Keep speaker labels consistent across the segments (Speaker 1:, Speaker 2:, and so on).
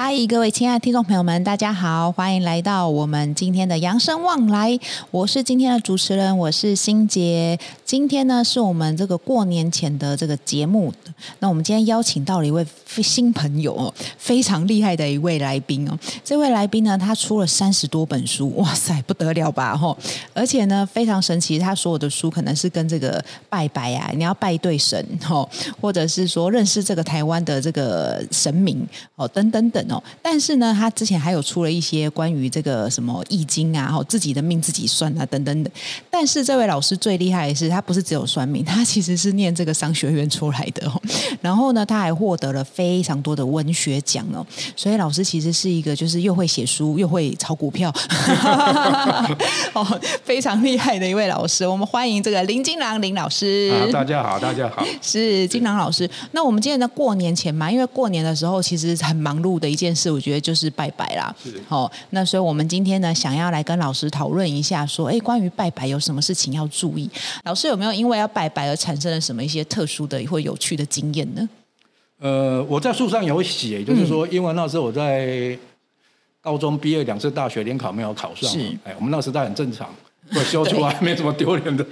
Speaker 1: 嗨，各位亲爱的听众朋友们，大家好，欢迎来到我们今天的扬生望来，我是今天的主持人，我是欣杰。今天呢，是我们这个过年前的这个节目。那我们今天邀请到了一位新朋友哦，非常厉害的一位来宾哦。这位来宾呢，他出了三十多本书，哇塞， 不得了吧吼！而且呢，非常神奇，他所有的书可能是跟这个拜拜啊，你要拜对神吼，或者是说认识这个台湾的这个神明哦，等等等哦。但是呢，他之前还有出了一些关于这个什么易经啊，吼，自己的命自己算啊，等等等。但是这位老师最厉害的是，他不是只有算命，他其实是念这个商学院出来的哦。然后呢，他还获得了非常多的文学奖哦。所以老师其实是一个就是又会写书又会炒股票， 哦，非常厉害的一位老师。我们欢迎这个林金郎林老师。
Speaker 2: 啊，大家好，大家好。
Speaker 1: 是金郎老师。那我们今天在过年前嘛，因为过年的时候其实很忙碌的一件事，我觉得就是拜拜啦。
Speaker 2: 是
Speaker 1: 好、那所以我们今天呢，想要来跟老师讨论一下，说，哎，关于拜拜有什么事情要注意？老师有没有因为要拜拜而产生了什么一些特殊的或有趣的经验 呢？
Speaker 2: 呃，我在书上有写，就是说，
Speaker 1: 嗯
Speaker 2: 因为那时候我在高中毕业两次大学联考没有考上
Speaker 1: 是，
Speaker 2: 哎，我们那时代很正常，我修出来没什么 丢脸的。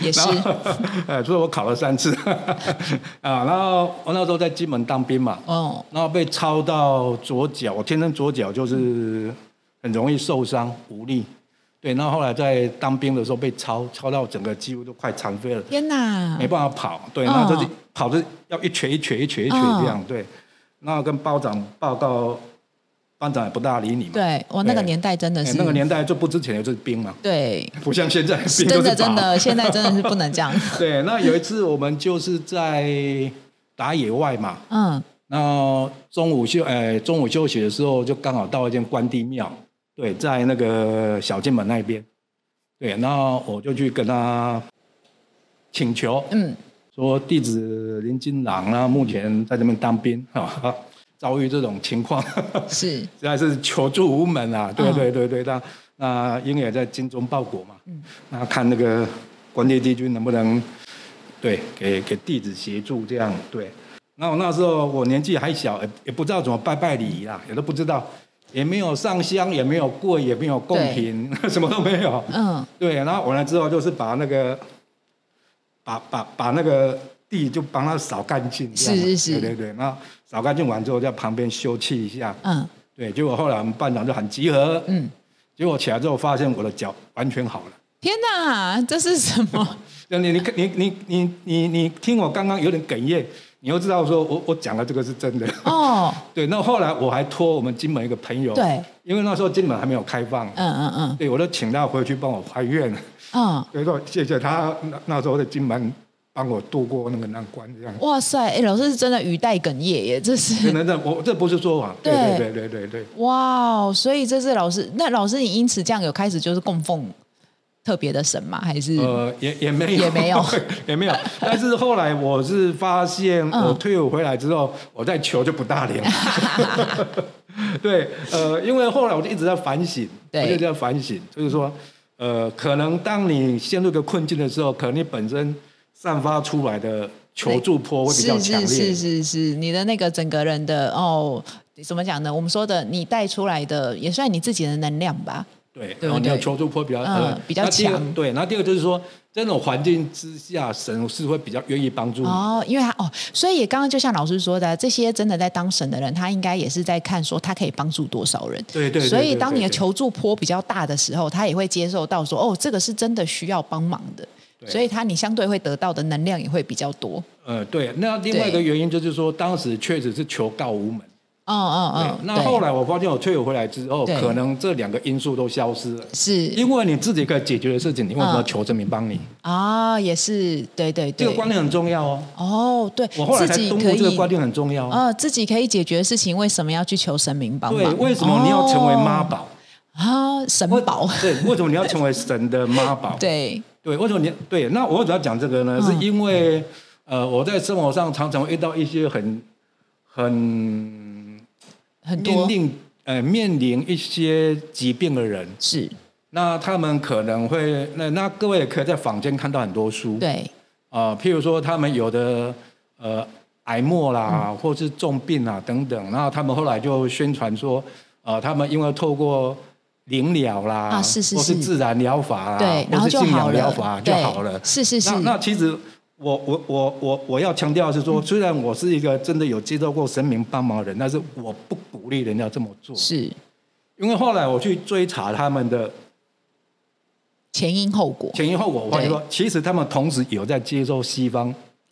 Speaker 1: 也是
Speaker 2: 然后， 呃，所以我考了三次 啊。然后我那时候在金门当兵嘛，
Speaker 1: 哦，
Speaker 2: 然后被操到左脚，我天生左脚就是很容易受伤无力。对，然后后来在当兵的时候被操，操到整个几乎都快残废了。
Speaker 1: 天哪
Speaker 2: 没！办法跑，对，
Speaker 1: 嗯
Speaker 2: 那就是跑的要一瘸一瘸一瘸一瘸这样，对。那跟班长报告，班长也不大理你嘛。
Speaker 1: 对我那个
Speaker 2: 对
Speaker 1: 年代真的
Speaker 2: 哎
Speaker 1: 是
Speaker 2: 那个年代就不之前就是兵嘛，
Speaker 1: 对，
Speaker 2: 不像现在兵
Speaker 1: 真
Speaker 2: 都
Speaker 1: 的
Speaker 2: 是
Speaker 1: 真
Speaker 2: 靶
Speaker 1: 的，现在真的是不能这样。
Speaker 2: 对，那有一次我们就是在打野外嘛，
Speaker 1: 嗯，
Speaker 2: 然后中午休，呃，中午休息的时候就刚好到一间关帝庙，对，在那个小金门那边，对，然后我就去跟他请求，
Speaker 1: 嗯，
Speaker 2: 说弟子林金郎啊，目前在这边当兵啊，遭遇这种情况，实
Speaker 1: 是
Speaker 2: 在是求助无门啊。对
Speaker 1: 嗯
Speaker 2: 对对对，那那因为也在精忠报国嘛，那看那个关帝帝君能不能对给给弟子协助这样对。那我那时候我年纪还小，也也不知道怎么拜拜礼仪啦，也都不知道，也没有上香，也没有跪，也没有贡
Speaker 1: 对
Speaker 2: 品， 什么都没有。
Speaker 1: 嗯，
Speaker 2: 对，然后完了之后就是把那个，把把把那个地就帮它扫干净，这样
Speaker 1: 是是是
Speaker 2: 对对对。那扫干净完之后，在旁边休憩一下，
Speaker 1: 嗯
Speaker 2: 对。结果后来我们班长就喊集合，
Speaker 1: 嗯，
Speaker 2: 结果起来之后发现我的脚完全好了。
Speaker 1: 天哪，这是什么？
Speaker 2: 那你你你你你你你听我刚刚有点哽咽，你又知道说我我讲的这个是真的。
Speaker 1: 哦，
Speaker 2: 对，那后来我还托我们金门一个朋友，
Speaker 1: 对，
Speaker 2: 因为那时候金门还没有开放，
Speaker 1: 嗯嗯嗯
Speaker 2: 对我就请他回去帮我还愿。
Speaker 1: 嗯。
Speaker 2: 所以说谢谢他那那时候在金门帮我度过那个难关，这样。
Speaker 1: 哇塞，哎、老师是真的语带哽咽耶，这
Speaker 2: 真
Speaker 1: 是
Speaker 2: 的，这我这不是说谎，对
Speaker 1: 对
Speaker 2: 对对对对
Speaker 1: 哇哦！所以这是老师，那老师你因此这样有开始就是供奉特别的神吗？还是、
Speaker 2: 对，呃，也也没有，
Speaker 1: 也没有，
Speaker 2: 也没有。但是后来我是发现，
Speaker 1: 嗯
Speaker 2: 我退伍回来之后，我再求就不大灵。 对，呃，因为后来我就一直在反省，
Speaker 1: 对
Speaker 2: 我就在反省，就是说，呃，可能当你陷入一个困境的时候，可能你本身散发出来的求助波会比较
Speaker 1: 是
Speaker 2: 强
Speaker 1: 是是
Speaker 2: 烈。
Speaker 1: 是是，你的那个整个人的哦，怎么讲呢？我们说的你带出来的也算你自己的能量吧。
Speaker 2: 对，
Speaker 1: 对
Speaker 2: 然后
Speaker 1: 不
Speaker 2: 你要
Speaker 1: 对
Speaker 2: 求助坡比较
Speaker 1: 嗯
Speaker 2: 呃
Speaker 1: 比较
Speaker 2: 那第二
Speaker 1: 强
Speaker 2: 对，然后第二个就是说，在那种环境之下，神是会比较愿意帮助你。
Speaker 1: 哦，因为他哦，所以也刚刚就像老师说的，这些真的在当神的人，他应该也是在看说他可以帮助多少人。
Speaker 2: 对对对
Speaker 1: 所以
Speaker 2: 对对
Speaker 1: 当你的
Speaker 2: 对
Speaker 1: 求助坡比较大的时候，他也会接受到说哦，这个是真的需要帮忙的，
Speaker 2: 对
Speaker 1: 所以他你相对会得到的能量也会比较多。
Speaker 2: 呃，对。那另外一个
Speaker 1: 对
Speaker 2: 原因就是说，当时确实是求告无门。
Speaker 1: 嗯嗯嗯
Speaker 2: 对，
Speaker 1: 对
Speaker 2: 哦那后来我发现我退伍回来之后，
Speaker 1: 对
Speaker 2: 可能这两个因素都消失了。
Speaker 1: 是
Speaker 2: 因为你自己可以解决的事情，你为什么要
Speaker 1: 嗯
Speaker 2: 求神明帮你？
Speaker 1: 啊、也是对对对，
Speaker 2: 这个观念很重要哦。
Speaker 1: 哦，对，
Speaker 2: 我后来
Speaker 1: 自
Speaker 2: 才
Speaker 1: 己
Speaker 2: 懂
Speaker 1: 可
Speaker 2: 悟
Speaker 1: 以
Speaker 2: 这个观念很重要哦。
Speaker 1: 呃，自己可以解决的事情，为什么要去求神明帮忙？
Speaker 2: 对，为什么你要成为妈
Speaker 1: 哦
Speaker 2: 宝？
Speaker 1: 啊？神宝，
Speaker 2: 对，为什么你要成为神的妈宝？
Speaker 1: 对，
Speaker 2: 对，为什么你对？那我为什么要讲这个呢？
Speaker 1: 嗯
Speaker 2: 是因为呃，我在生活上常常会遇到一些很很
Speaker 1: 很
Speaker 2: 面
Speaker 1: 多
Speaker 2: 临呃面临一些疾病的人，
Speaker 1: 是
Speaker 2: 那他们可能会，那那各位也可以在坊间看到很多书，
Speaker 1: 对，
Speaker 2: 啊、譬如说他们有的呃癌末啦，
Speaker 1: 嗯
Speaker 2: 或是重病啊等等，然后他们后来就宣传说，呃，他们因为透过灵疗啦，
Speaker 1: 啊是是
Speaker 2: 或是
Speaker 1: 是
Speaker 2: 自然疗法啦，
Speaker 1: 对，然后
Speaker 2: 啊或是
Speaker 1: 就
Speaker 2: 信
Speaker 1: 好
Speaker 2: 仰疗
Speaker 1: 了，
Speaker 2: 法就
Speaker 1: 对
Speaker 2: 好了。
Speaker 1: 是是是，
Speaker 2: 那那其实我我我我我要强调的是
Speaker 1: 嗯
Speaker 2: 说，虽然我是一个真的有接受过神明帮忙的人，但是我不鼓励人家这么做，
Speaker 1: 是
Speaker 2: 因为后来我去追查他们的
Speaker 1: 前因后果。
Speaker 2: 前因后果，我发现
Speaker 1: 对
Speaker 2: 说，其实他们同时有在接受西方，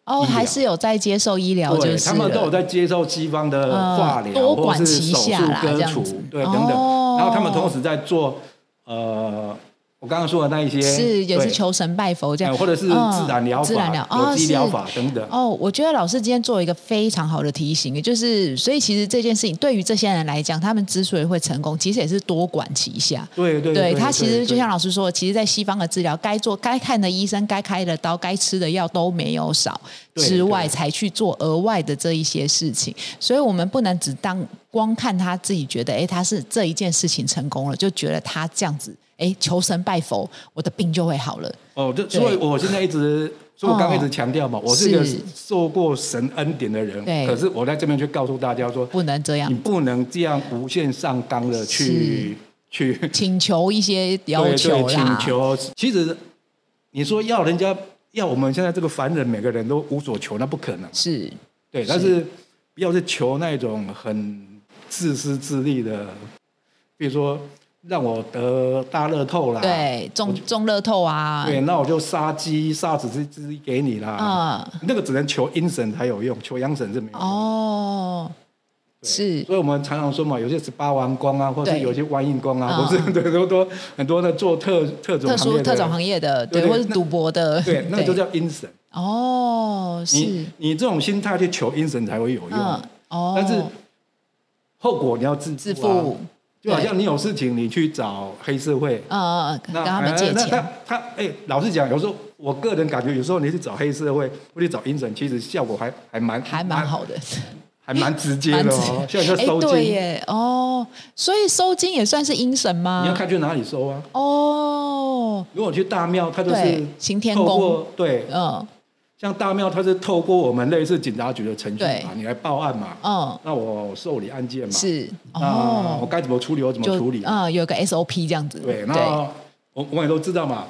Speaker 1: 哦，
Speaker 2: 医疗
Speaker 1: 还是有在接受医疗，就
Speaker 2: 对，
Speaker 1: 是
Speaker 2: 他们
Speaker 1: 了
Speaker 2: 都有在接受西方的化疗、
Speaker 1: 嗯多
Speaker 2: 或
Speaker 1: 管
Speaker 2: 是
Speaker 1: 齐
Speaker 2: 手术
Speaker 1: 下啦
Speaker 2: 割
Speaker 1: 这样
Speaker 2: 除
Speaker 1: 子，
Speaker 2: 对，等等。
Speaker 1: 哦
Speaker 2: 然后他们同时在做，呃，我刚刚说的那一些
Speaker 1: 是也是
Speaker 2: 对
Speaker 1: 求神拜佛这样，
Speaker 2: 呃或者是自然疗
Speaker 1: 嗯
Speaker 2: 法、
Speaker 1: 自然疗
Speaker 2: 有
Speaker 1: 哦
Speaker 2: 机
Speaker 1: 是
Speaker 2: 疗法等等。
Speaker 1: 哦，我觉得老师今天做了一个非常好的提醒，就是所以其实这件事情对于这些人来讲，他们之所以会成功，其实也是多管齐下。
Speaker 2: 对对
Speaker 1: 对他其实
Speaker 2: 对
Speaker 1: 就像老师说的，其实，在西方的治疗，该做、该看的医生、该开的刀、该吃的药都没有少，
Speaker 2: 对
Speaker 1: 之外
Speaker 2: 对
Speaker 1: 才去做额外的这一些事情。所以，我们不能只当光看他自己觉得，哎，他是这一件事情成功了，就觉得他这样子，哎，求神拜佛，我的病就会好了。
Speaker 2: 哦，这
Speaker 1: 对哦
Speaker 2: 所以我现在一直，所以我刚刚一直强调嘛，我是一个
Speaker 1: 是
Speaker 2: 受过神恩典的人
Speaker 1: 对，
Speaker 2: 可是我在这边却告诉大家说，
Speaker 1: 不能这样
Speaker 2: 你不能这样无限上纲的去去
Speaker 1: 请求一些要
Speaker 2: 对
Speaker 1: 求
Speaker 2: 对，
Speaker 1: 啦，
Speaker 2: 请求。其实你说要人家要我们现在这个凡人每个人都无所求，那不可能。
Speaker 1: 是
Speaker 2: 对，
Speaker 1: 是
Speaker 2: 但是不要去求那种很自私自利的，比如说让我得大乐透啦，
Speaker 1: 对中中乐透啊，
Speaker 2: 啊对，那我就杀鸡杀只只鸡给你啦。
Speaker 1: 嗯，
Speaker 2: 那个只能求阴神才有用，求阳神是没有用。
Speaker 1: 哦，
Speaker 2: 对
Speaker 1: 是
Speaker 2: 所以我们常常说嘛，有些十八王公啊，或者
Speaker 1: 对
Speaker 2: 有些万应公啊，
Speaker 1: 嗯
Speaker 2: 或是对很多很多的做特特种
Speaker 1: 特
Speaker 2: 行
Speaker 1: 殊
Speaker 2: 业的
Speaker 1: 特种行业的，
Speaker 2: 对
Speaker 1: 对，
Speaker 2: 对
Speaker 1: 或是
Speaker 2: 那
Speaker 1: 赌博的，
Speaker 2: 对，那个就叫阴神。
Speaker 1: 哦，是
Speaker 2: 你，你这种心态去求阴神才会有用，
Speaker 1: 嗯，哦，
Speaker 2: 但是后果你要自
Speaker 1: 自
Speaker 2: 啊
Speaker 1: 负，
Speaker 2: 就好像你有事情你去找黑社会，
Speaker 1: 呃，跟
Speaker 2: 那
Speaker 1: 他们借
Speaker 2: 哎那他
Speaker 1: 钱，
Speaker 2: 他哎，老实讲，有时候我个人感觉，有时候你去找黑社会或者找阴神，其实效果还还蛮
Speaker 1: 还蛮，好的，
Speaker 2: 还蛮直接的哦。像在
Speaker 1: 哎，
Speaker 2: 收
Speaker 1: 对
Speaker 2: 金，
Speaker 1: 耶，哦，所以收金也算是阴神
Speaker 2: 你要
Speaker 1: 吗？
Speaker 2: 看去哪里收啊。
Speaker 1: 哦，
Speaker 2: 如果你去大庙，它就是
Speaker 1: 对，行天
Speaker 2: 透
Speaker 1: 宫，
Speaker 2: 过对，
Speaker 1: 嗯
Speaker 2: 像大庙它是透过我们类似警察局的程序
Speaker 1: 对
Speaker 2: 嘛，你来报案嘛，
Speaker 1: 嗯，
Speaker 2: 那我受理案件嘛，
Speaker 1: 是，
Speaker 2: 那啊我
Speaker 1: 哦，
Speaker 2: 该怎么处理我怎么
Speaker 1: 就
Speaker 2: 处理，
Speaker 1: 嗯，有个 SOP 这样子，
Speaker 2: 对，那我我们也都知道嘛，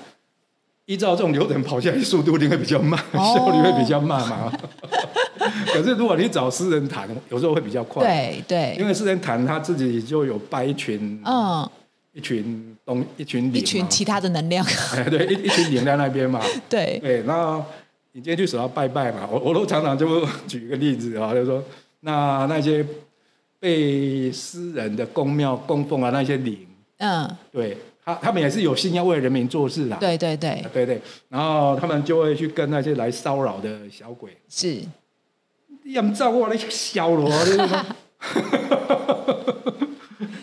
Speaker 2: 依照这种流程跑下来，速度一定会比较慢，
Speaker 1: 哦
Speaker 2: 效率会比较慢嘛。 可是如果你找私人谈，有时候会比较快，
Speaker 1: 对对，
Speaker 2: 因为私人谈他自己就有拜一群、
Speaker 1: 嗯，
Speaker 2: 一群东一群领嘛
Speaker 1: 一群其他的能量，
Speaker 2: 哎对一一群领在那边嘛，
Speaker 1: 对，
Speaker 2: 对，那你今天去手要拜拜嘛，我我都常常就举一个例子啊，就说那那些被私人的公庙供奉啊那些灵，
Speaker 1: 嗯，
Speaker 2: 对他他们也是有心要为人民做事啦，
Speaker 1: 对对对
Speaker 2: 啊，对对，然后他们就会去跟那些来骚扰的小鬼，
Speaker 1: 是，
Speaker 2: 你也不知道我那些小罗，你知道 吗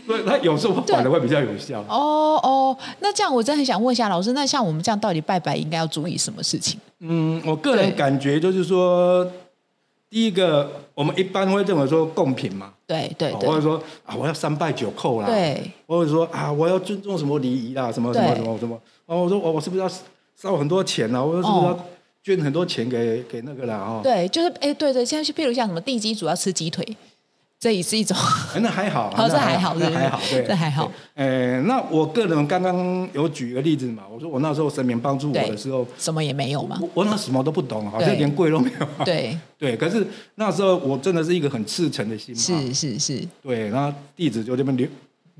Speaker 2: 所以他有时候反而会比较有效。
Speaker 1: 哦哦，那这样我真的很想问一下老师，那像我们这样到底拜拜应该要注意什么事情？
Speaker 2: 嗯，我个人
Speaker 1: 对
Speaker 2: 感觉就是说，第一个我们一般会认为说贡品嘛，
Speaker 1: 对对
Speaker 2: 哦或者
Speaker 1: 对
Speaker 2: 说啊我要三拜九叩啦，，
Speaker 1: 对，
Speaker 2: 或者说啊我要尊重什么礼仪啦，什么什么
Speaker 1: 对
Speaker 2: 什么什么，哦我说我我是不是要烧很多钱啊？我说是不是
Speaker 1: 哦
Speaker 2: 要捐很多钱给给那个啦？哦，
Speaker 1: 对，就是哎，对对，像是譬如像什么地基主要吃鸡腿，这也是一种
Speaker 2: 哎那还好啊，
Speaker 1: 哦
Speaker 2: 那
Speaker 1: 这还好
Speaker 2: 那
Speaker 1: 是不是
Speaker 2: 还好，对，
Speaker 1: 这还好
Speaker 2: 对。呃，那我个人刚刚有举一个例子嘛，我说我那时候神明帮助我
Speaker 1: 对
Speaker 2: 的时候，
Speaker 1: 什么也没有嘛。
Speaker 2: 我我那什么都不懂，好
Speaker 1: 对
Speaker 2: 像连跪都没有。啊
Speaker 1: 对，
Speaker 2: 对，可是那时候我真的是一个很赤诚的心嘛，
Speaker 1: 是是是，
Speaker 2: 对，然后弟子就这边流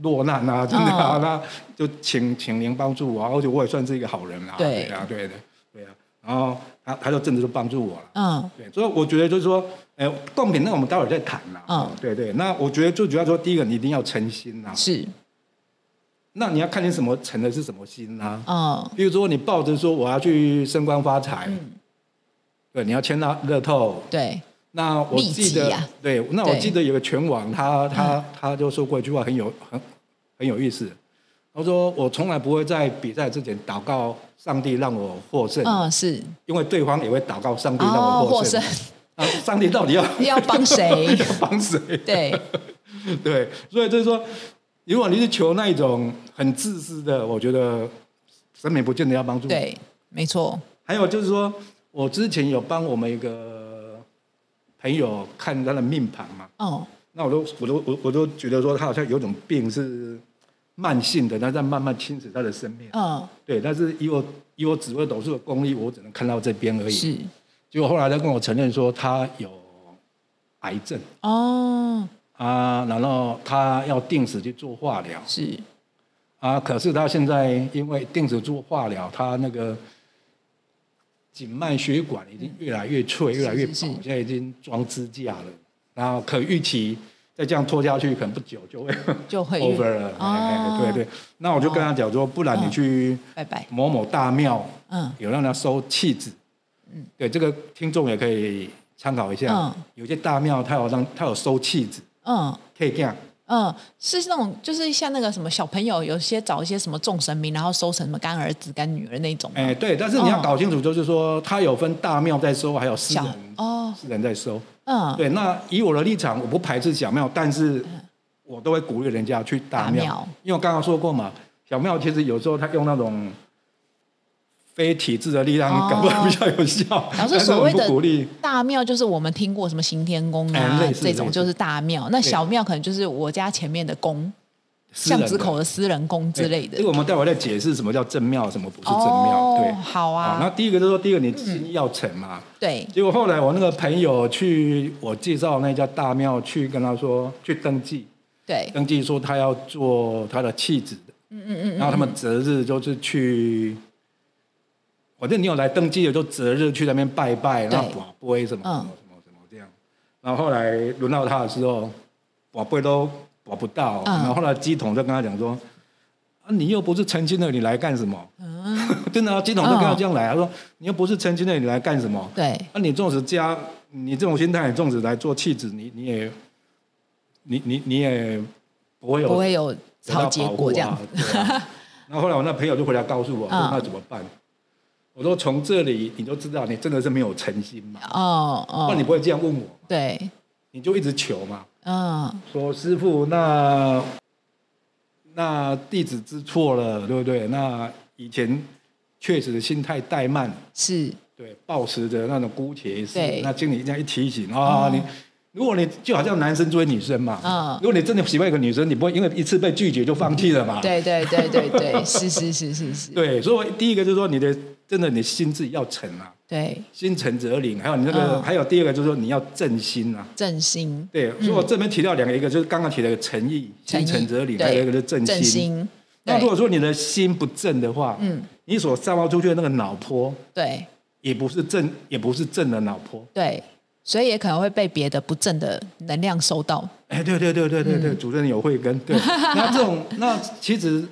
Speaker 2: 落难啊，真的啊，
Speaker 1: 嗯
Speaker 2: 那就请请您帮助我啊，而且我也算是一个好人啊，
Speaker 1: 对
Speaker 2: 啊，对的，对啊，然后他他就真的就帮助我了。
Speaker 1: 嗯
Speaker 2: 对，所以我觉得就是说，呃，贡品那我们待会儿再谈啦。
Speaker 1: 嗯
Speaker 2: 对对，那我觉得最主要说，第一个你一定要诚心啦、
Speaker 1: 是，
Speaker 2: 那你要看你什么诚的是什么心啦、啊。
Speaker 1: 嗯
Speaker 2: 比如说你抱着说我要去升官发财，对，你要签到乐透。
Speaker 1: 对，
Speaker 2: 那我
Speaker 1: 利
Speaker 2: 记
Speaker 1: 己
Speaker 2: 得，
Speaker 1: 啊嗯
Speaker 2: 对，那我
Speaker 1: 对
Speaker 2: 记得有个拳王，他他他就说过一句话很有很很有意思，他说我从来不会在比赛之前祷告上帝让我获胜，
Speaker 1: 嗯是，
Speaker 2: 因为对方也会祷告上帝让
Speaker 1: 哦
Speaker 2: 我
Speaker 1: 获
Speaker 2: 获
Speaker 1: 胜
Speaker 2: 胜。啊，上帝 到底要？
Speaker 1: 要帮谁
Speaker 2: 要帮谁？
Speaker 1: 对
Speaker 2: 对，所以就是说，如果你是求那一种很自私的，我觉得神美不见得要帮助。，
Speaker 1: 对，没错，
Speaker 2: 还有就是说，我之前有帮我们一个朋友看他的命盘嘛，
Speaker 1: 哦，
Speaker 2: 那我都我都我我都觉得说他好像有一种病是慢性的，他在慢慢侵蚀他的生命。
Speaker 1: 嗯，
Speaker 2: 对，但是以我以我紫微斗数的功力，我只能看到这边而已。
Speaker 1: 是，
Speaker 2: 结果后来他跟我承认说他有癌症
Speaker 1: 哦，
Speaker 2: 啊，然后他要定时去做化疗
Speaker 1: 是，
Speaker 2: 啊，可是他现在因为定时做化疗，他那个颈脉血管已经越来越脆，
Speaker 1: 是
Speaker 2: 越来越薄，
Speaker 1: 嗯是是
Speaker 2: 现在已经装支架了。然后可预期再这样拖下去，可能不久就会
Speaker 1: 就会
Speaker 2: over 了。
Speaker 1: 哦
Speaker 2: 哎对对，那我就跟他讲说，不然你去
Speaker 1: 拜拜，
Speaker 2: 某某大庙，
Speaker 1: 嗯，
Speaker 2: 有让他收气纸。嗯，对，这个听众也可以参考一下。
Speaker 1: 嗯
Speaker 2: 有些大庙它有让它有收气纸，
Speaker 1: 嗯。
Speaker 2: 可以这样。
Speaker 1: 嗯，是那种，就是像那个什么小朋友，有些找一些什么众神明，然后收成什么干儿子、干女儿那种吗。
Speaker 2: 哎，对，但是你要搞清楚，就是说它有分大庙在收，还有私
Speaker 1: 小
Speaker 2: 人
Speaker 1: 哦，
Speaker 2: 私人在收。
Speaker 1: 嗯，
Speaker 2: 对，那以我的立场，我不排斥小庙，但是我都会鼓励人家去大
Speaker 1: 大
Speaker 2: 庙
Speaker 1: 庙，
Speaker 2: 因为我刚刚说过嘛，小庙其实有时候他用那种非体制的力量，
Speaker 1: 哦
Speaker 2: 搞不好比较有效。
Speaker 1: 老师
Speaker 2: 但是
Speaker 1: 所
Speaker 2: 我
Speaker 1: 谓
Speaker 2: 们不
Speaker 1: 的
Speaker 2: 鼓励，
Speaker 1: 大庙就是我们听过什么行天宫啊、
Speaker 2: 哎类似
Speaker 1: 这种，
Speaker 2: 类似
Speaker 1: 就是大庙。那小庙可能就是我家前面的宫，
Speaker 2: 私
Speaker 1: 巷
Speaker 2: 人的哎
Speaker 1: 子口的私人宫之类的
Speaker 2: 这。个我们待会儿再解释什么叫正庙，什么不是正庙。对
Speaker 1: 哦，，好
Speaker 2: 好那
Speaker 1: 啊，
Speaker 2: 第一个就是说，第一个你心要诚嘛。
Speaker 1: 对，
Speaker 2: 结果后来我那个朋友去我介绍那家大庙去跟他说去登记，
Speaker 1: 对，
Speaker 2: 登记说他要做他的妻子的，
Speaker 1: 嗯嗯嗯
Speaker 2: 然后他们择日就是去，反正你有来登记的就择日去那边拜拜，
Speaker 1: 对
Speaker 2: 然后卜龟什么什
Speaker 1: 嗯
Speaker 2: 么什么什么这样。然后后来轮到他的时候，卜龟都卜不到，
Speaker 1: 嗯
Speaker 2: 然后后来鸡桶就跟他讲说：“啊，你又不是成亲了，你来干什么？”
Speaker 1: 嗯
Speaker 2: 真的啊，鸡桶就跟他这样来，他说：“你又不是成亲了，你来干什么
Speaker 1: 嗯，？”对，
Speaker 2: 啊，你纵使加你这种心态，你纵使来做妻子，你你也你你你也不会有
Speaker 1: 不会有
Speaker 2: 得到
Speaker 1: 好结
Speaker 2: 保护
Speaker 1: 果
Speaker 2: 啊
Speaker 1: 这样子。
Speaker 2: 对啊然后后来我那朋友就回来告诉我，说
Speaker 1: 嗯
Speaker 2: 那怎么办？我说从这里你就知道你真的是没有诚心嘛，
Speaker 1: 哦
Speaker 2: 不然你
Speaker 1: 哦，
Speaker 2: 不会这样问我，
Speaker 1: 对，
Speaker 2: 你就一直求嘛，
Speaker 1: 嗯，
Speaker 2: 说师傅那那弟子知错了，对不对？那以前确实心态怠慢，
Speaker 1: 是，
Speaker 2: 对，抱持着那种姑且一试
Speaker 1: 对。
Speaker 2: 那经理这样一提醒啊、
Speaker 1: 哦
Speaker 2: 你如果你就好像男生追女生嘛，
Speaker 1: 嗯
Speaker 2: 如果你真的喜欢一个女生，你不会因为一次被拒绝就放弃了嘛？
Speaker 1: 对对对对对，是是是是是，
Speaker 2: 对，所以我第一个就是说你的真的你心智要诚啊，
Speaker 1: 对，
Speaker 2: 心诚则灵。还有你那个，
Speaker 1: 嗯
Speaker 2: 还有第二个就是说你要正心啊。
Speaker 1: 正心，
Speaker 2: 对，所以我这边提到两个，一个就是刚刚提的诚意，心
Speaker 1: 意
Speaker 2: 诚则灵，
Speaker 1: 对
Speaker 2: 还有一个就是正
Speaker 1: 正
Speaker 2: 心。
Speaker 1: 心，
Speaker 2: 那
Speaker 1: 对
Speaker 2: 如果说你的心不正的话，
Speaker 1: 嗯，
Speaker 2: 你所散发出去的那个脑波
Speaker 1: 对
Speaker 2: 也不是正，也不是正的脑波。
Speaker 1: 对，所以也可能会被别的不正的能量收到。
Speaker 2: 哎，对对对对对
Speaker 1: 嗯
Speaker 2: 对，主任有慧根。 对，那这种那其实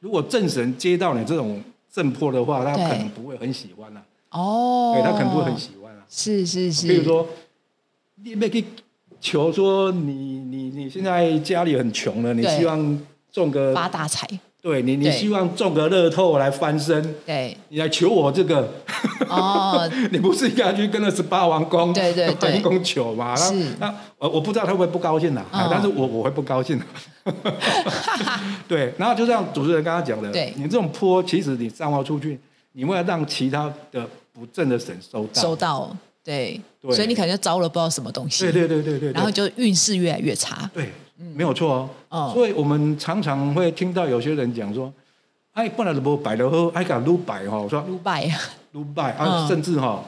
Speaker 2: 如果正神接到你这种正破的话，他
Speaker 1: 对
Speaker 2: 可能不会很喜欢啊，
Speaker 1: 哦，
Speaker 2: 对他可能不会很喜欢啊。
Speaker 1: 是是哦是，
Speaker 2: 比如说，你被去求说你你你现在家里很穷了，你
Speaker 1: 对
Speaker 2: 希望中个
Speaker 1: 发大财，
Speaker 2: 对你你
Speaker 1: 对
Speaker 2: 希望中个乐透来翻身，
Speaker 1: 对，
Speaker 2: 你来求我这个，
Speaker 1: 哦，
Speaker 2: 你不是应该去跟那十八王公
Speaker 1: 对对 对
Speaker 2: 王公求吗？
Speaker 1: 是
Speaker 2: 那那我我不知道他会不会不高兴啦、啊
Speaker 1: 嗯
Speaker 2: 但是我我会不 高兴、啊 对，然后就像主持人刚刚讲的，
Speaker 1: 对
Speaker 2: 你这种坡，其实你散发出去，你为了让其他的不正的神收到，
Speaker 1: 收到，对，
Speaker 2: 对
Speaker 1: 所以你可能就招了不知道什么东西，
Speaker 2: 对对对对对对，
Speaker 1: 然后就运势越来越差，
Speaker 2: 对，没有错哦
Speaker 1: 哦。
Speaker 2: 所以我们常常会听到有些人讲说，哎，本来就无摆就好，哎，敢撸摆吼，说
Speaker 1: 撸败
Speaker 2: 撸摆啊，
Speaker 1: 嗯
Speaker 2: 甚至哈，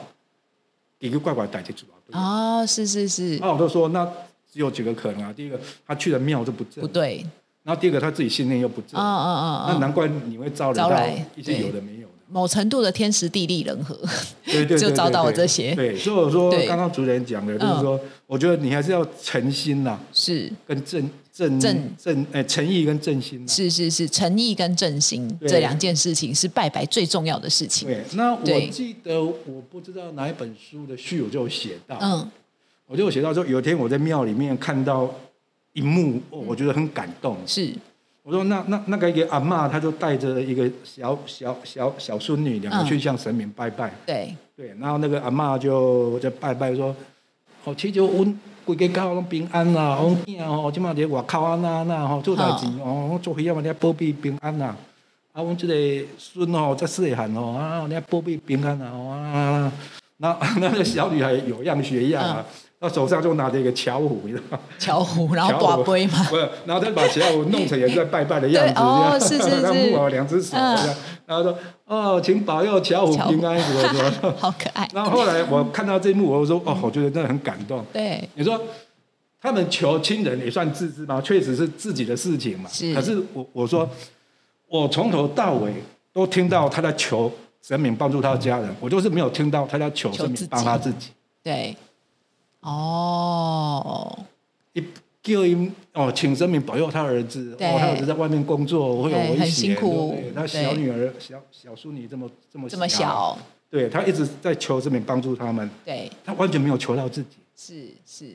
Speaker 2: 一个怪怪代志主啊。
Speaker 1: 哦，是是是，
Speaker 2: 那我就说，那只有几个可能啊。第一个，他去的庙就不正
Speaker 1: 不；对，
Speaker 2: 然后第二个，他自己信念又不
Speaker 1: 嗯
Speaker 2: 正。
Speaker 1: 嗯
Speaker 2: 啊那
Speaker 1: 嗯嗯，
Speaker 2: 难怪你会招惹
Speaker 1: 招
Speaker 2: 到
Speaker 1: 来
Speaker 2: 一些
Speaker 1: 对
Speaker 2: 有的没有的。
Speaker 1: 某程度的天时地利人和，
Speaker 2: 对对，
Speaker 1: 就
Speaker 2: 对
Speaker 1: 遭到我
Speaker 2: 对
Speaker 1: 这些
Speaker 2: 对，所以我说
Speaker 1: 对嗯
Speaker 2: 刚刚主持人讲的，就是说，我觉得你还是要诚心呐，
Speaker 1: 是
Speaker 2: 跟正正
Speaker 1: 正
Speaker 2: 正哎，诚意跟正心呐。
Speaker 1: 是是是，诚意跟正心
Speaker 2: 对
Speaker 1: 这两件事情是拜拜最重要的事情，
Speaker 2: 对，那我
Speaker 1: 对
Speaker 2: 记得我不知道哪一本书的序，我就有写到，
Speaker 1: 嗯，
Speaker 2: 我就有写到说，有一天我在庙里面看到一幕，哦
Speaker 1: 嗯
Speaker 2: 我觉得很感动。
Speaker 1: 是，
Speaker 2: 我说那那那个一个阿嬷，她就带着一个小小小小孙女，两
Speaker 1: 嗯
Speaker 2: 个去向神明拜拜。
Speaker 1: 对，
Speaker 2: 对，然后那个阿嬷就在拜拜说：“哦，其实阮规家家拢平安啦、啊，阮囝吼，即马伫外口啊那那吼做代志吼，做伙啊嘛咧保庇平安啦、啊。啊，阮即个孙吼，才细汉吼，啊，咧保庇平安啊，吼啊，那那个小女孩有样学样啊，那手上就拿着一个巧虎，你知道吗？
Speaker 1: 巧虎，然后大杯嘛，
Speaker 2: 不是，然后再把巧虎弄成也是在拜拜的样子，
Speaker 1: 对哦是 是是嗯
Speaker 2: 那木偶两只手这样，然后说哦，请保佑巧虎平安什么什 么。
Speaker 1: 好可爱。
Speaker 2: 然后后来我看到这幕，我说哦，我觉得真的很感动。
Speaker 1: 对，
Speaker 2: 你说他们求亲人也算自知吗？确实是自己的事情嘛。
Speaker 1: 是
Speaker 2: 可是我我说，我从头到尾都听到他在求神明帮助他的家人，我就是没有听到他在求
Speaker 1: 求
Speaker 2: 神
Speaker 1: 自己
Speaker 2: 明帮他自己。
Speaker 1: 对，哦，
Speaker 2: 一叫因哦，请神明保佑他儿子，
Speaker 1: 对
Speaker 2: 哦，他儿子在外面工作会有
Speaker 1: 对
Speaker 2: 危险，
Speaker 1: 很辛苦
Speaker 2: 对不对他
Speaker 1: 对
Speaker 2: 小女儿、小小孙女这么这么
Speaker 1: 这么，小，
Speaker 2: 对他一直在求神明帮助他们，
Speaker 1: 对，
Speaker 2: 他完全没有求到自己。
Speaker 1: 是是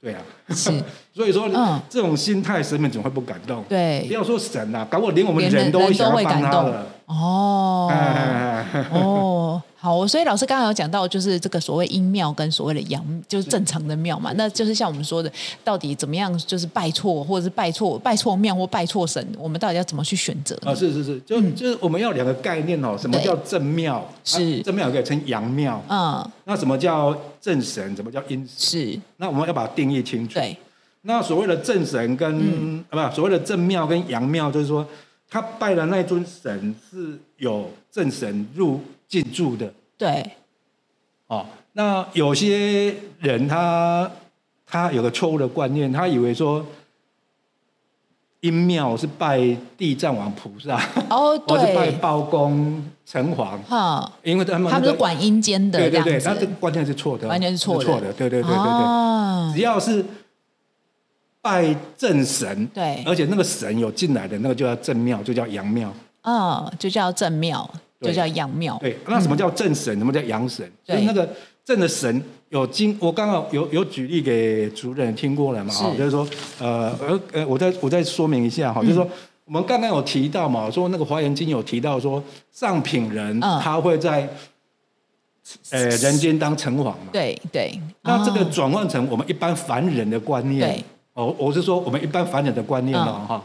Speaker 2: 对啊，
Speaker 1: 是，
Speaker 2: 所以说、
Speaker 1: 嗯
Speaker 2: 这种心态，神明怎么会不感动？不
Speaker 1: 对，
Speaker 2: 要说神啊，搞不好连我们
Speaker 1: 连
Speaker 2: 人
Speaker 1: 人
Speaker 2: 都会
Speaker 1: 人
Speaker 2: 想
Speaker 1: 都
Speaker 2: 要
Speaker 1: 会
Speaker 2: 帮
Speaker 1: 感
Speaker 2: 他
Speaker 1: 动
Speaker 2: 了。，
Speaker 1: 哦。
Speaker 2: 哎，
Speaker 1: 哦，好，所以老师刚刚有讲到，就是这个所谓阴庙跟所谓的阳，就是正常的庙嘛，那就是像我们说的，到底怎么样，就是拜错或者是拜错拜错庙或拜错神，我们到底要怎么去选择呢？
Speaker 2: 啊，是是是，就、就是我们要两个概念哦，什么
Speaker 1: 哦嗯对
Speaker 2: 叫正庙？
Speaker 1: 是
Speaker 2: 啊、正庙也可以称阳庙。
Speaker 1: 嗯，
Speaker 2: 那什么叫正神？什么叫阴神？
Speaker 1: 是，
Speaker 2: 那我们要把它定义清楚。
Speaker 1: 对，
Speaker 2: 那所谓的正神跟、
Speaker 1: 嗯
Speaker 2: 啊不，所谓的正庙跟阳庙，就是说他拜的那尊神是有正神入进驻的
Speaker 1: 对，
Speaker 2: 哦。那有些人他他有个错误的观念，他以为说阴庙是拜地藏王菩 萨，
Speaker 1: 哦，
Speaker 2: 或是
Speaker 1: 对，
Speaker 2: 拜包公、城隍，
Speaker 1: 哈，
Speaker 2: 因为他们、那
Speaker 1: 他们
Speaker 2: 个
Speaker 1: 是管阴间的
Speaker 2: 对
Speaker 1: 这
Speaker 2: 对对，
Speaker 1: 样
Speaker 2: 那这个
Speaker 1: 子，
Speaker 2: 观念是错的，
Speaker 1: 完全是错的
Speaker 2: 错的，对对对对对。
Speaker 1: 哦
Speaker 2: 只要是拜正神，
Speaker 1: 对
Speaker 2: 而且那个神有进来的那个就叫正庙，就叫阳庙。
Speaker 1: 嗯，就叫正庙，
Speaker 2: 对
Speaker 1: 就叫阳庙，
Speaker 2: 对，那什么叫正神？什么叫阳神？
Speaker 1: 对
Speaker 2: 就是那个正的神有经，我刚刚有有举例给主任听过了嘛？
Speaker 1: 是嗯
Speaker 2: 哈，就是说，呃呃呃，我再我再说明一下哈，就是说。我们刚刚有提到嘛，说那个《华严经》有提到说，上品人
Speaker 1: 嗯
Speaker 2: 他会在，呃，人间当城隍嘛。
Speaker 1: 对对，
Speaker 2: 那这个
Speaker 1: 哦
Speaker 2: 转换成我们一般凡人的观念
Speaker 1: 对，嗯
Speaker 2: 哦，我是说我们一般凡人的观念哦，哈、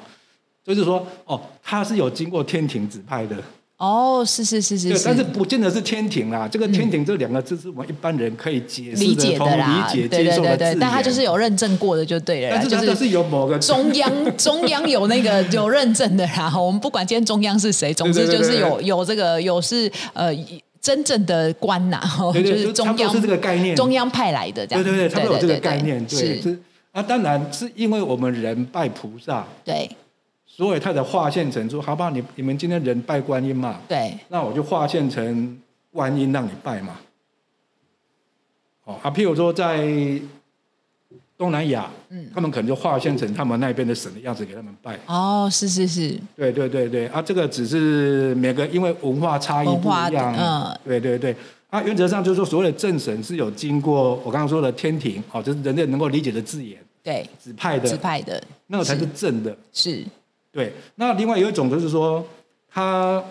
Speaker 2: 就是说，哦，他是有经过天庭指派的，
Speaker 1: 哦，是是是是
Speaker 2: 对，
Speaker 1: 是，
Speaker 2: 但是不见得是天庭啦。这个天庭这两个字是我们一般人可以解释
Speaker 1: 理解
Speaker 2: 通、
Speaker 1: 的啦，
Speaker 2: 理解、
Speaker 1: 对
Speaker 2: 接
Speaker 1: 对
Speaker 2: 受的
Speaker 1: 对
Speaker 2: 字
Speaker 1: 对，
Speaker 2: 眼
Speaker 1: 但他就是，有认证过的就对了啦，
Speaker 2: 但是
Speaker 1: 就
Speaker 2: 它都
Speaker 1: 是
Speaker 2: 是有某个
Speaker 1: 中央中央有那个有认证的啦。我们不管今天中央是 谁，总之
Speaker 2: 对对
Speaker 1: 就
Speaker 2: 对
Speaker 1: 是
Speaker 2: 对
Speaker 1: 有有这个有是呃真正的官呐，哦
Speaker 2: 对对
Speaker 1: 是
Speaker 2: 就差
Speaker 1: 中
Speaker 2: 不多
Speaker 1: 央
Speaker 2: 是这个概念
Speaker 1: 中央派来的这
Speaker 2: 对
Speaker 1: 样，
Speaker 2: 对对，差不多有这个概念，对，
Speaker 1: 对是，
Speaker 2: 是啊，当然是因为我们人拜菩萨，
Speaker 1: 对
Speaker 2: 所以他的化现成说，好不好？你你们今天人拜观音嘛，
Speaker 1: 对
Speaker 2: 那我就化现成观音让你拜嘛。哦啊，譬如说在东南亚，嗯，他们可能就化现成他们那边的神的样子给他们拜。
Speaker 1: 哦，是是是，
Speaker 2: 对对对对啊，这个只是每个因为文化差异
Speaker 1: 文
Speaker 2: 不
Speaker 1: 化
Speaker 2: 一样，
Speaker 1: 嗯，
Speaker 2: 对对对。啊，原则上就是说，所谓的正神是有经过我刚刚说的天庭，哦，就是人类能够理解的字眼
Speaker 1: 对
Speaker 2: 指派
Speaker 1: 指
Speaker 2: 的，
Speaker 1: 派的
Speaker 2: 那个才是正的。
Speaker 1: 是
Speaker 2: 对，那另外有一种就是说，它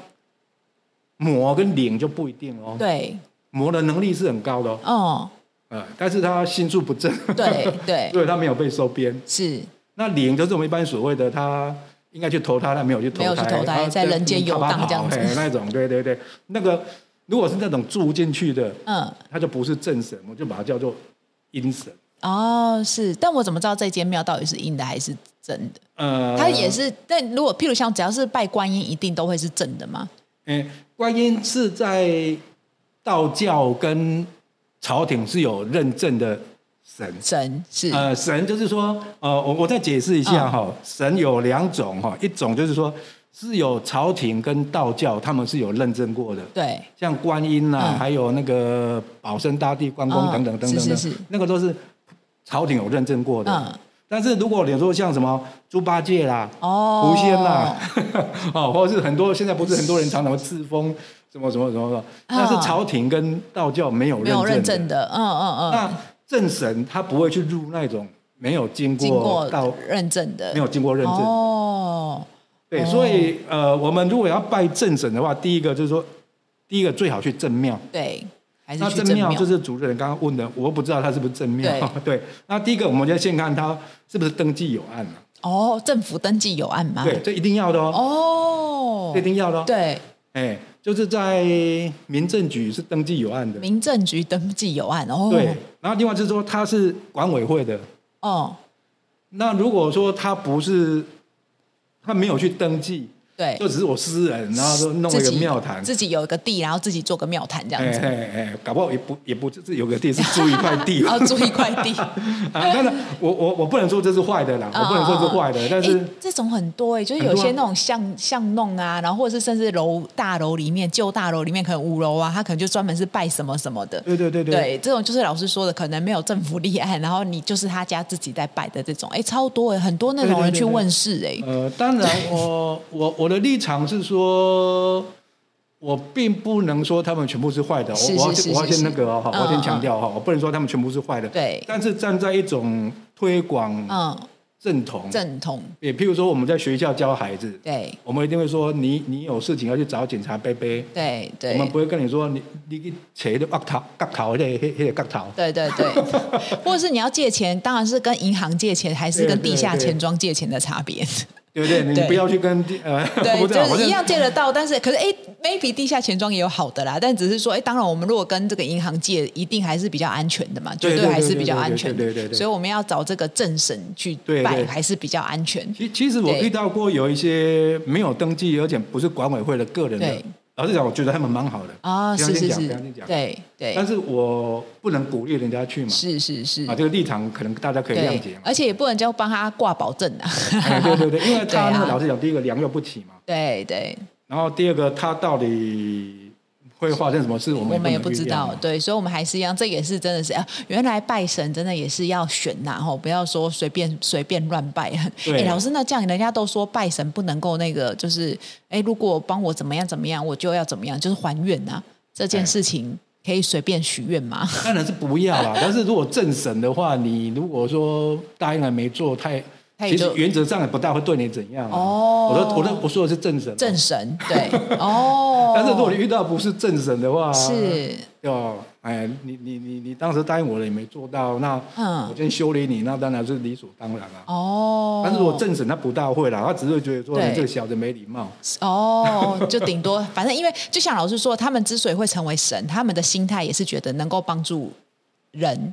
Speaker 2: 魔跟灵就不一定哦。
Speaker 1: 对，
Speaker 2: 魔的能力是很高的、哦，
Speaker 1: 哦，
Speaker 2: 呃，但是他心术不正，
Speaker 1: 对对
Speaker 2: 所以他没有被收编。
Speaker 1: 是
Speaker 2: 那灵就是我们一般所谓的他应该去投胎，但没有去投胎，
Speaker 1: 没有去投胎
Speaker 2: 他嗯
Speaker 1: 在人间游荡
Speaker 2: 他跑
Speaker 1: 这样子
Speaker 2: 嘿那种，对对对，那个如果是那种住进去的，
Speaker 1: 嗯。
Speaker 2: 他就不是正神，我就把它叫做阴神。
Speaker 1: 哦，是，但我怎么知道这间庙到底是阴的还是真的？
Speaker 2: 呃，
Speaker 1: 它也，是，但如果譬如像只要是拜观音，一定都会是正的吗？
Speaker 2: 哎，观音是在道教跟朝廷是有认证的神，
Speaker 1: 真是、
Speaker 2: 呃，神就是说，呃，我我再解释一
Speaker 1: 啊
Speaker 2: 下哈、神有两种哈，一种就是说是有朝廷跟道教他们是有认证过的，
Speaker 1: 对，
Speaker 2: 像观音呐、
Speaker 1: 嗯
Speaker 2: 还有那个保生大帝、关公
Speaker 1: 嗯
Speaker 2: 等等等等
Speaker 1: 是
Speaker 2: 的，
Speaker 1: 是是
Speaker 2: 那个都是朝廷有认证过的。
Speaker 1: 嗯，
Speaker 2: 但是如果你说像什么猪八戒啦、
Speaker 1: 哦，
Speaker 2: 狐仙啦， 哦，或者是很多现在不是很多人常常会敕封什么什么什么什么，那是朝廷跟道教没有
Speaker 1: 啊没有认
Speaker 2: 认证
Speaker 1: 证。
Speaker 2: 的
Speaker 1: 的，嗯嗯嗯，
Speaker 2: 那正神他不会去入那种没有经
Speaker 1: 经过
Speaker 2: 过到
Speaker 1: 认证的，
Speaker 2: 没有经过认证。
Speaker 1: 哦，
Speaker 2: 对，
Speaker 1: 哦
Speaker 2: 所以呃，我们如果要拜正神的话，第一个就是说，第一个最好去正庙，
Speaker 1: 对，还是
Speaker 2: 那
Speaker 1: 去
Speaker 2: 正
Speaker 1: 庙
Speaker 2: 庙就是主任刚刚问的，我不知道他是不是正庙。 对那第一个我们要先看他是不是登记有案嘛、
Speaker 1: 哦，政府登记有案吗？
Speaker 2: 对，这一定要的哦，
Speaker 1: 啊哦
Speaker 2: 这一，定要的哦。
Speaker 1: 对，
Speaker 2: 哎，就是在民政局是登记有案的。
Speaker 1: 民政局登记有案哦，
Speaker 2: 对，然后另外就是说他是管委会的。
Speaker 1: 哦，
Speaker 2: 那如果说他不是，他没有去登记，
Speaker 1: 对，
Speaker 2: 就只是我私人，然后就弄了一
Speaker 1: 自
Speaker 2: 个
Speaker 1: 己
Speaker 2: 庙坛，
Speaker 1: 哎自己有一个地，然后自己做个庙坛这样
Speaker 2: 哎
Speaker 1: 子，
Speaker 2: 哎哎，搞不好也不也不是有个地是租一块地
Speaker 1: 然后哦租一块地。
Speaker 2: 啊，当然，我我我不能说这是坏的啦， 我不能说是坏的，但是
Speaker 1: 啊诶这种很哦多哎、就是有
Speaker 2: 很多啊
Speaker 1: 些那种巷巷弄啊，然后或者是甚至楼大楼里面旧大楼里面可能五楼啊，他可能就专门是拜什么什么的。
Speaker 2: 对对对对
Speaker 1: 对，这种就是老师说的，可能没有政府立案，然后你就是他家自己在拜的这种，哎、超多哎、很多那种人去问世哎、
Speaker 2: 呃，当然 我我我的立场是说，我并不能说他们全部是坏的，
Speaker 1: 是
Speaker 2: 我我要
Speaker 1: 是是
Speaker 2: 我要
Speaker 1: 是
Speaker 2: 先那
Speaker 1: 是
Speaker 2: 个哦哈、
Speaker 1: 嗯
Speaker 2: 我
Speaker 1: 嗯
Speaker 2: 要先强调哈、我不能说他们全部是坏的，
Speaker 1: 对
Speaker 2: 但是站在一种推广
Speaker 1: 嗯，
Speaker 2: 正统，
Speaker 1: 正统
Speaker 2: 也譬如说我们在学校教孩子，
Speaker 1: 对
Speaker 2: 我们一定会说你你有事情要去找警察贝贝。
Speaker 1: 对
Speaker 2: 我
Speaker 1: 对
Speaker 2: 们不会跟你说你你去扯那个角头角头那个那个角头，
Speaker 1: 对对 对，或者是你要借钱，当然是跟银行借钱，还是跟地下
Speaker 2: 对对对
Speaker 1: 钱庄借钱的差别。
Speaker 2: 对不对？你
Speaker 1: 对
Speaker 2: 不要去跟地呃，
Speaker 1: 对，
Speaker 2: 不知道
Speaker 1: 就是一样借得到，但是可是哎、m a y b e 地下钱庄也有好的啦，但只是说哎、当然我们如果跟这个银行借，一定还是比较安全的嘛，
Speaker 2: 对
Speaker 1: 绝
Speaker 2: 对对
Speaker 1: 还是比较安全的。
Speaker 2: 对对对对对
Speaker 1: 所以我们要找这个正神去
Speaker 2: 对
Speaker 1: 拜，
Speaker 2: 对
Speaker 1: 还是比较安全。
Speaker 2: 其其实我
Speaker 1: 对
Speaker 2: 遇到过有一些没有登记，而且不是管委会的个人的
Speaker 1: 对。
Speaker 2: 老实讲，我觉得他们蛮好的
Speaker 1: 啊，
Speaker 2: 不
Speaker 1: 是是
Speaker 2: 要先讲，
Speaker 1: 是
Speaker 2: 不要先，讲。
Speaker 1: 对对
Speaker 2: 但，是我不能鼓励人家去嘛，
Speaker 1: 是是是
Speaker 2: 啊，，这个立场可能大家可以谅解
Speaker 1: 对，
Speaker 2: 嘛。
Speaker 1: 而且也不能叫帮他挂保证啊。
Speaker 2: 哎对对对，因为
Speaker 1: 对
Speaker 2: 他
Speaker 1: 啊
Speaker 2: 那个老实讲，第一个良莠不齐嘛，
Speaker 1: 对对，
Speaker 2: 然后第二个他到底会发生什么事，我们
Speaker 1: 我们也不
Speaker 2: 能预
Speaker 1: 知
Speaker 2: 料啊
Speaker 1: 道
Speaker 2: 嘛，
Speaker 1: 对，所以我们还是一样，这也是真的是啊，原来拜神真的也是要选呐、吼，不要说随便随便乱拜。
Speaker 2: 对
Speaker 1: 哎，老师，那这样人家都说拜神不能够那个，就是哎，如果帮我怎么样怎么样，我就要怎么样，就是还愿呐、这件
Speaker 2: 哎
Speaker 1: 事情可以随便许愿吗？
Speaker 2: 当然是不要啦。但是如果正审的话，你如果说答应了没做，太
Speaker 1: 他也
Speaker 2: 其实
Speaker 1: 就
Speaker 2: 原则上也不大会对你怎样啊。
Speaker 1: 哦
Speaker 2: 我说我说我说的是正审哦，
Speaker 1: 正神 对哦，
Speaker 2: 但是如果你遇到不是正神的话，
Speaker 1: 是
Speaker 2: 要哎，你你你你当时答应我了，也没做到，那
Speaker 1: 嗯
Speaker 2: 我今天修理你，那当然是理所当然啊。
Speaker 1: 哦，
Speaker 2: 但是如果正审他不大会啦，他只是觉得说
Speaker 1: 对
Speaker 2: 你这个小子没礼貌，
Speaker 1: 哦，就顶多反正因为就像老师说，他们之所以会成为神，他们的心态也是觉得能够帮助人，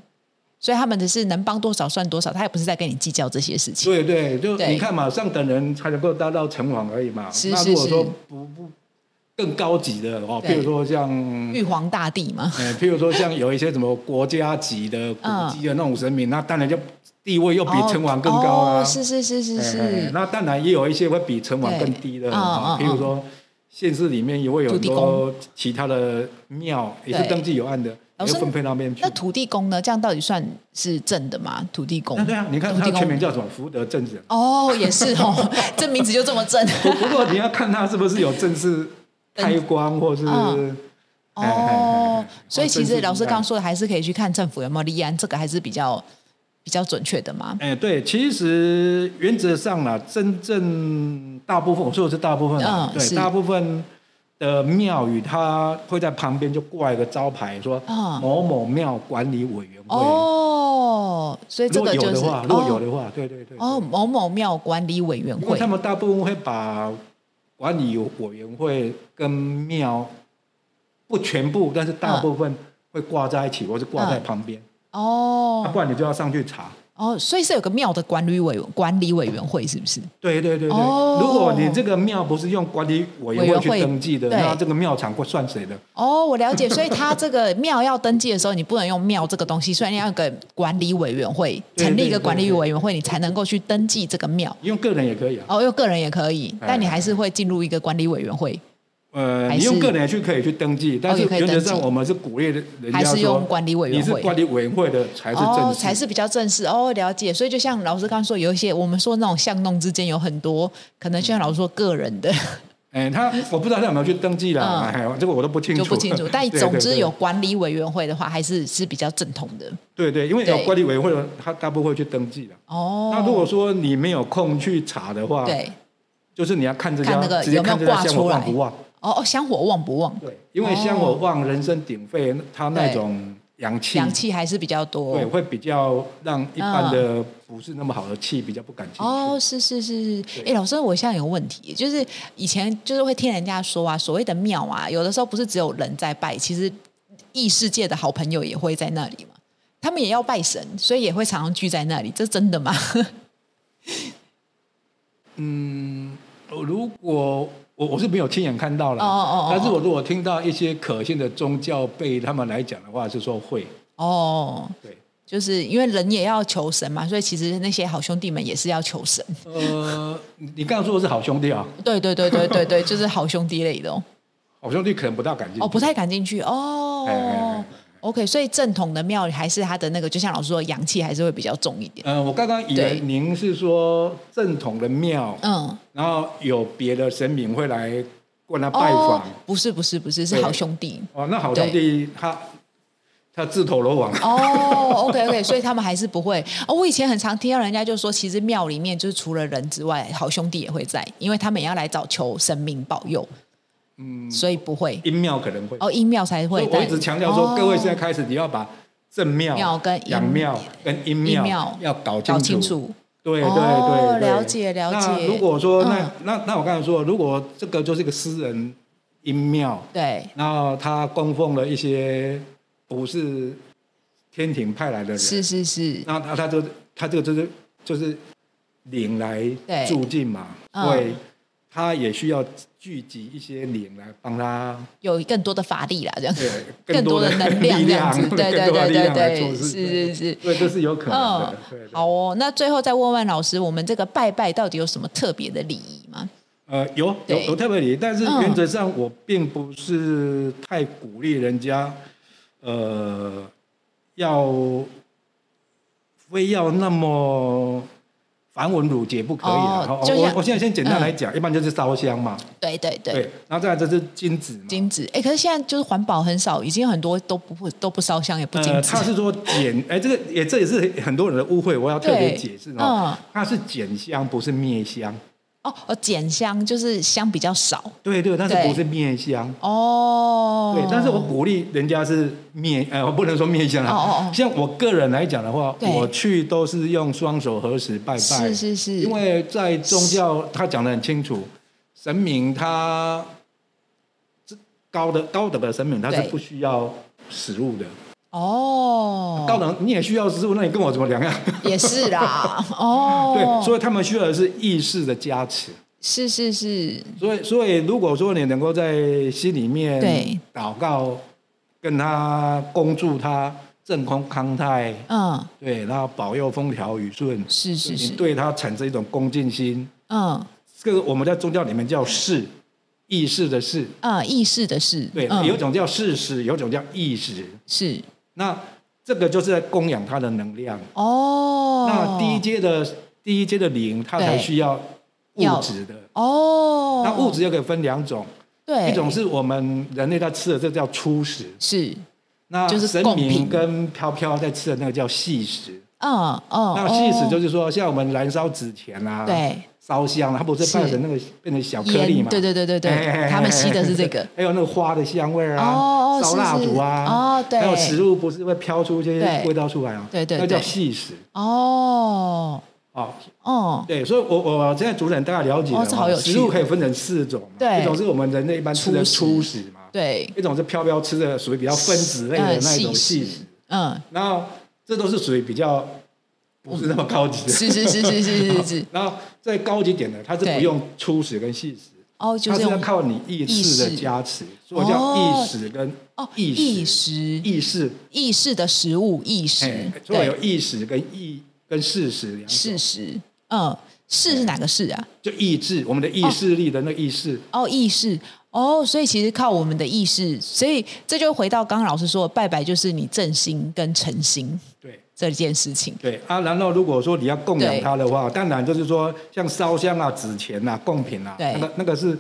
Speaker 1: 所以他们只是能帮多少算多少，他也不是在跟你计较这些事情。
Speaker 2: 对对，就
Speaker 1: 对
Speaker 2: 你看嘛，上等人才能够达到成王而已嘛。
Speaker 1: 是
Speaker 2: 那
Speaker 1: 是
Speaker 2: 如果说
Speaker 1: 是
Speaker 2: 不不更高级的哦，
Speaker 1: 对
Speaker 2: 譬如说像
Speaker 1: 玉皇大帝嘛，
Speaker 2: 呃，譬如说像有一些什么国家级的古
Speaker 1: 嗯
Speaker 2: 迹的那种神明，那当然就地位又比成王更高啊。
Speaker 1: 哦，是是是是
Speaker 2: 哎哎哎
Speaker 1: 是，
Speaker 2: 那当然也有一些会比城隍更低的
Speaker 1: 对嗯
Speaker 2: 啊，比
Speaker 1: 嗯
Speaker 2: 如说县市里面也会有
Speaker 1: 土
Speaker 2: 很
Speaker 1: 地
Speaker 2: 多其他的庙也是
Speaker 1: 对
Speaker 2: 登记有案的，
Speaker 1: 老
Speaker 2: 也
Speaker 1: 师
Speaker 2: 分配到那边去
Speaker 1: 那。土地公呢？这样到底算是正的吗？土地公
Speaker 2: 那？对啊，你看
Speaker 1: 土
Speaker 2: 他
Speaker 1: 地
Speaker 2: 全
Speaker 1: 公
Speaker 2: 名叫什么？福德正神。
Speaker 1: 哦，也是哦，这名字就这么正。
Speaker 2: 不不过你要看他是不是有 正式开光，或是
Speaker 1: 嗯
Speaker 2: 哎哎哎
Speaker 1: 哦
Speaker 2: 哎，
Speaker 1: 所以其
Speaker 2: 正
Speaker 1: 实
Speaker 2: 式
Speaker 1: 老师
Speaker 2: 礼拜
Speaker 1: 刚刚说的，还是可以去看政府有没有立案，这个还是比较比较准确的嘛。
Speaker 2: 哎对，其实原则上啦，真正大部分我说的是大部分啊，
Speaker 1: 嗯是
Speaker 2: 对，大部分的庙宇它会在旁边就挂一个招牌说
Speaker 1: 嗯
Speaker 2: 某某庙管理委员会。
Speaker 1: 哦，所以这
Speaker 2: 如果
Speaker 1: 个
Speaker 2: 有
Speaker 1: 就是
Speaker 2: 的话，如果有
Speaker 1: 哦
Speaker 2: 的话，对对对。
Speaker 1: 哦，
Speaker 2: 对，
Speaker 1: 某某庙管理委员
Speaker 2: 因为
Speaker 1: 会
Speaker 2: 他们大部分会把管理委员会跟庙不全部，但是
Speaker 1: 嗯
Speaker 2: 大部分会挂在一起，或是挂在旁边，那
Speaker 1: 哦
Speaker 2: 不然你就要上去查。
Speaker 1: 哦，所以是有个庙的管理委管理委员会是不是？
Speaker 2: 对对对对，
Speaker 1: 哦
Speaker 2: 如果你这个庙不是用管理委员会去
Speaker 1: 委员会
Speaker 2: 登记的，
Speaker 1: 对
Speaker 2: 那这个庙场会算谁的？
Speaker 1: 哦，我了解，所以他这个庙要登记的时候，你不能用庙这个东西，所以你要有个管理委员会，
Speaker 2: 对
Speaker 1: 成立一个
Speaker 2: 对对
Speaker 1: 管理委员会，你才能够去登记这个庙。
Speaker 2: 用个人也可以啊，
Speaker 1: 哦，用个人也可以，
Speaker 2: 哎
Speaker 1: 但你还是会进入一个管理委员会，
Speaker 2: 呃，
Speaker 1: 还
Speaker 2: 你用
Speaker 1: 是哦
Speaker 2: 个人去可以去登记，但是
Speaker 1: 也可以
Speaker 2: 原则上
Speaker 1: 登记
Speaker 2: 我们是鼓励人家
Speaker 1: 还是用
Speaker 2: 说，
Speaker 1: 管理委
Speaker 2: 你
Speaker 1: 员
Speaker 2: 是
Speaker 1: 会？
Speaker 2: 管理委员会的才是正
Speaker 1: 哦，
Speaker 2: 式，
Speaker 1: 才是比较正式哦，了解。所以就像老师刚刚说，有一些我们说那种巷弄之间有很多，可能就像老师说个人的
Speaker 2: 哎，他我不知道他有没有去登记啦，
Speaker 1: 嗯
Speaker 2: 哎，这个我都不清楚，
Speaker 1: 就不 清楚，但
Speaker 2: 对
Speaker 1: 总之。有
Speaker 2: 对对
Speaker 1: 管理委员会的话，还是是比较正统的
Speaker 2: 对对，因为有
Speaker 1: 对
Speaker 2: 管理委员会的，他大部分会去登记的。
Speaker 1: 哦。
Speaker 2: 那如果说你没有空去查的话，
Speaker 1: 对
Speaker 2: 就是你要看这家
Speaker 1: 看那个
Speaker 2: 直接
Speaker 1: 有没有
Speaker 2: 看这家
Speaker 1: 挂
Speaker 2: 项
Speaker 1: 出
Speaker 2: 目
Speaker 1: 来
Speaker 2: 旺不旺。
Speaker 1: 哦哦，香火旺不旺？
Speaker 2: 对，因为香火旺，人声鼎沸，它那种阳气，
Speaker 1: 哦阳气哦还是比较多。
Speaker 2: 对，会比较让一般的不是那么好的气比较不敢进去。
Speaker 1: 哦，是是是是，哎、
Speaker 2: 对
Speaker 1: 老师，我现在有个问题，就是以前就是会听人家说啊，所谓的庙啊，有的时候不是只有人在拜，其实异世界的好朋友也会在那里嘛，他们也要拜神，所以也会常常聚在那里，这真的吗？
Speaker 2: 如果我我是没有亲眼看到了，
Speaker 1: 哦哦哦
Speaker 2: 但是我如果听到一些可信的宗教被他们来讲的话，是说会，
Speaker 1: 哦，
Speaker 2: 对，
Speaker 1: 就是因为人也要求神嘛，所以其实那些好兄弟们也是要求神。
Speaker 2: 呃，你你刚刚说的是好兄弟啊，
Speaker 1: 对对对对对 对，就是好兄弟类的哦，
Speaker 2: 好兄弟可能不大敢进去，
Speaker 1: 哦，不太敢进去
Speaker 2: 哎哎
Speaker 1: 哦
Speaker 2: 哎。
Speaker 1: OK，所以正统的庙还是它的那个，就像老师说，阳气还是会比较重一点。
Speaker 2: 呃，我刚刚以
Speaker 1: 对
Speaker 2: 为您是说正统的庙，
Speaker 1: 嗯，
Speaker 2: 然后有别的神明会来过来拜
Speaker 1: 哦，
Speaker 2: 访。
Speaker 1: 不是不是不是，是
Speaker 2: 对
Speaker 1: 好兄弟。
Speaker 2: 哦，那好兄弟他他自投罗网，
Speaker 1: 哦，OK OK，所以他们还是不会。哦，我以前很常听到人家就说，其实庙里面就是除了人之外，好兄弟也会在，因为他们也要来找求神明保佑。嗯，所以不会。
Speaker 2: 阴庙可能会。
Speaker 1: 哦，阴庙才
Speaker 2: 所
Speaker 1: 会哦
Speaker 2: 以。我一直强调说，
Speaker 1: 但
Speaker 2: 各位现在开始你要把正庙、
Speaker 1: 庙跟阴
Speaker 2: 阳庙跟阴
Speaker 1: 阴
Speaker 2: 庙
Speaker 1: 庙
Speaker 2: 要搞
Speaker 1: 搞
Speaker 2: 清
Speaker 1: 清。楚。
Speaker 2: 对对
Speaker 1: 哦
Speaker 2: 对对，
Speaker 1: 了解了解
Speaker 2: 那如果说
Speaker 1: 嗯
Speaker 2: 那那那我刚才说，如果这个就是一个私人阴庙，
Speaker 1: 对，
Speaker 2: 然后他供奉了一些不是天庭派来的人，
Speaker 1: 是是是，
Speaker 2: 那他他就他这个就是就是领来
Speaker 1: 对
Speaker 2: 住进嘛，
Speaker 1: 嗯
Speaker 2: 所以他也需要聚集一些领来帮他
Speaker 1: 有更多的法力啦，这样。
Speaker 2: 对
Speaker 1: 更多
Speaker 2: 多
Speaker 1: 的能量
Speaker 2: 力
Speaker 1: 这样
Speaker 2: 量，
Speaker 1: 子，对对
Speaker 2: 更多
Speaker 1: 对
Speaker 2: 的力
Speaker 1: 对
Speaker 2: 量来
Speaker 1: 对，
Speaker 2: 做事，
Speaker 1: 是是是。
Speaker 2: 对，这是有可能的。对对
Speaker 1: 嗯好哦，那最后再问问老师，我们这个拜拜到底有什么特别的礼仪吗？
Speaker 2: 呃，有有
Speaker 1: 对
Speaker 2: 有特别理，但是
Speaker 1: 嗯
Speaker 2: 原则上我并不是太鼓励人家，呃，要非要那么繁文缛节不可以
Speaker 1: 哦
Speaker 2: 啊。好
Speaker 1: 就
Speaker 2: 我
Speaker 1: 像
Speaker 2: 我现在先简单来讲，一般就是烧香嘛，
Speaker 1: 对对对，
Speaker 2: 对，然后再来就是金子嘛，
Speaker 1: 金子。哎，可是现在就是环保很少，已经很多都不都不烧香，也不金
Speaker 2: 呃，
Speaker 1: 子
Speaker 2: 他。是说减，哎、这个也这也是很多人的误会，我要特别
Speaker 1: 对嗯
Speaker 2: 解释哦，它是减香，不是灭香。
Speaker 1: 哦哦，减香就是香比较少
Speaker 2: 对对，但是
Speaker 1: 对
Speaker 2: 不是面香。
Speaker 1: 哦。
Speaker 2: 对，但是我鼓励人家是面，呃，我不能说面香
Speaker 1: 哦哦
Speaker 2: 啊。
Speaker 1: 哦
Speaker 2: 像我个人来讲的话，
Speaker 1: 对
Speaker 2: 我去都是用双手合十拜拜，
Speaker 1: 是是是，
Speaker 2: 因为在宗教他讲的很清楚，神明他这高的高等的神明他是
Speaker 1: 对
Speaker 2: 不需要食物的，
Speaker 1: 哦，
Speaker 2: 高等你也需要食物，那你跟我怎么两样？
Speaker 1: 也是啦，哦，
Speaker 2: 对，所以他们需要的是意识的加持。
Speaker 1: 是是是，
Speaker 2: 所以，所以如果说你能够在心里面
Speaker 1: 对
Speaker 2: 祷告，跟他恭祝他正空康泰，
Speaker 1: 嗯，
Speaker 2: 对，然后保佑风调雨顺，
Speaker 1: 是是
Speaker 2: 你
Speaker 1: 是，
Speaker 2: 对他产生一种恭敬心，
Speaker 1: 嗯
Speaker 2: 这个我们在宗教里面叫事，意识的事，
Speaker 1: 嗯，意识的是，
Speaker 2: 对，
Speaker 1: 嗯
Speaker 2: 有一种叫事实，有一种叫意识，
Speaker 1: 是
Speaker 2: 那这个就是在供养他的能量。
Speaker 1: 哦。
Speaker 2: 那第一阶的第一阶的灵，他才
Speaker 1: 对
Speaker 2: 需要物
Speaker 1: 要
Speaker 2: 质的，
Speaker 1: 哦，
Speaker 2: 那物质又可以分两种。
Speaker 1: 对
Speaker 2: 一种是我们人类在吃的，这叫粗食；
Speaker 1: 是
Speaker 2: 那
Speaker 1: 就是
Speaker 2: 神
Speaker 1: 贡品
Speaker 2: 明跟飘飘在吃的那个叫细食。
Speaker 1: 嗯嗯，
Speaker 2: 那细食
Speaker 1: 哦
Speaker 2: 就是说，像我们燃烧纸钱啦、
Speaker 1: 对
Speaker 2: 烧香啊啦，它不是
Speaker 1: 是
Speaker 2: 变成那个变成小颗粒
Speaker 1: 烟，
Speaker 2: 嘛？
Speaker 1: 对对对对
Speaker 2: 哎哎
Speaker 1: 对，
Speaker 2: 哎
Speaker 1: 他们吸的是这个，
Speaker 2: 还有那个花的香味
Speaker 1: 哦
Speaker 2: 啊
Speaker 1: 哦，
Speaker 2: 烧蜡烛啊，
Speaker 1: 是是哦对
Speaker 2: 还有食物不是会飘出这
Speaker 1: 对
Speaker 2: 些味道出来啊？
Speaker 1: 对对
Speaker 2: 那叫
Speaker 1: 对
Speaker 2: 细食
Speaker 1: 哦
Speaker 2: 哦。
Speaker 1: 哦
Speaker 2: 对，所以我我现在主持人大概了解了
Speaker 1: 哦
Speaker 2: 哦，
Speaker 1: 这好有趣
Speaker 2: 食物可以分成四种嘛，
Speaker 1: 对
Speaker 2: 一种是我们人类一般吃的
Speaker 1: 粗
Speaker 2: 粗
Speaker 1: 食
Speaker 2: 食嘛，
Speaker 1: 对，
Speaker 2: 一种是飘飘吃的，属于比较分子类的
Speaker 1: 嗯
Speaker 2: 那一
Speaker 1: 细
Speaker 2: 种细
Speaker 1: 食
Speaker 2: 食，
Speaker 1: 嗯
Speaker 2: 然后这都是属于比较不是那么高级的。
Speaker 1: 是是是是是是 是
Speaker 2: 然后再高级点的，它是
Speaker 1: 嗯对
Speaker 2: 不用粗食跟细食，
Speaker 1: 哦，就
Speaker 2: 它
Speaker 1: 是
Speaker 2: 是要
Speaker 1: 用
Speaker 2: 靠你意识的加持，所以叫
Speaker 1: 哦
Speaker 2: 意识跟
Speaker 1: 哦
Speaker 2: 意
Speaker 1: 意
Speaker 2: 识、
Speaker 1: 识
Speaker 2: 意识，
Speaker 1: 意识的食物意识
Speaker 2: 哎，所以有
Speaker 1: 对
Speaker 2: 意识跟意跟事实两
Speaker 1: 事
Speaker 2: 种，
Speaker 1: 实嗯事是哪个事啊？
Speaker 2: 就意志，我们的意识力的那个意识，
Speaker 1: 哦，意识哦，所以其实靠我们的意识，所以这就回到刚刚老师说的，拜拜就是你正心跟诚心
Speaker 2: 对。
Speaker 1: 这件事情。
Speaker 2: 对啊，然后如果说你要供养
Speaker 1: 对
Speaker 2: 它的话，当然就是说像烧香啊、纸钱啊、贡品啊，
Speaker 1: 对
Speaker 2: 那个那个是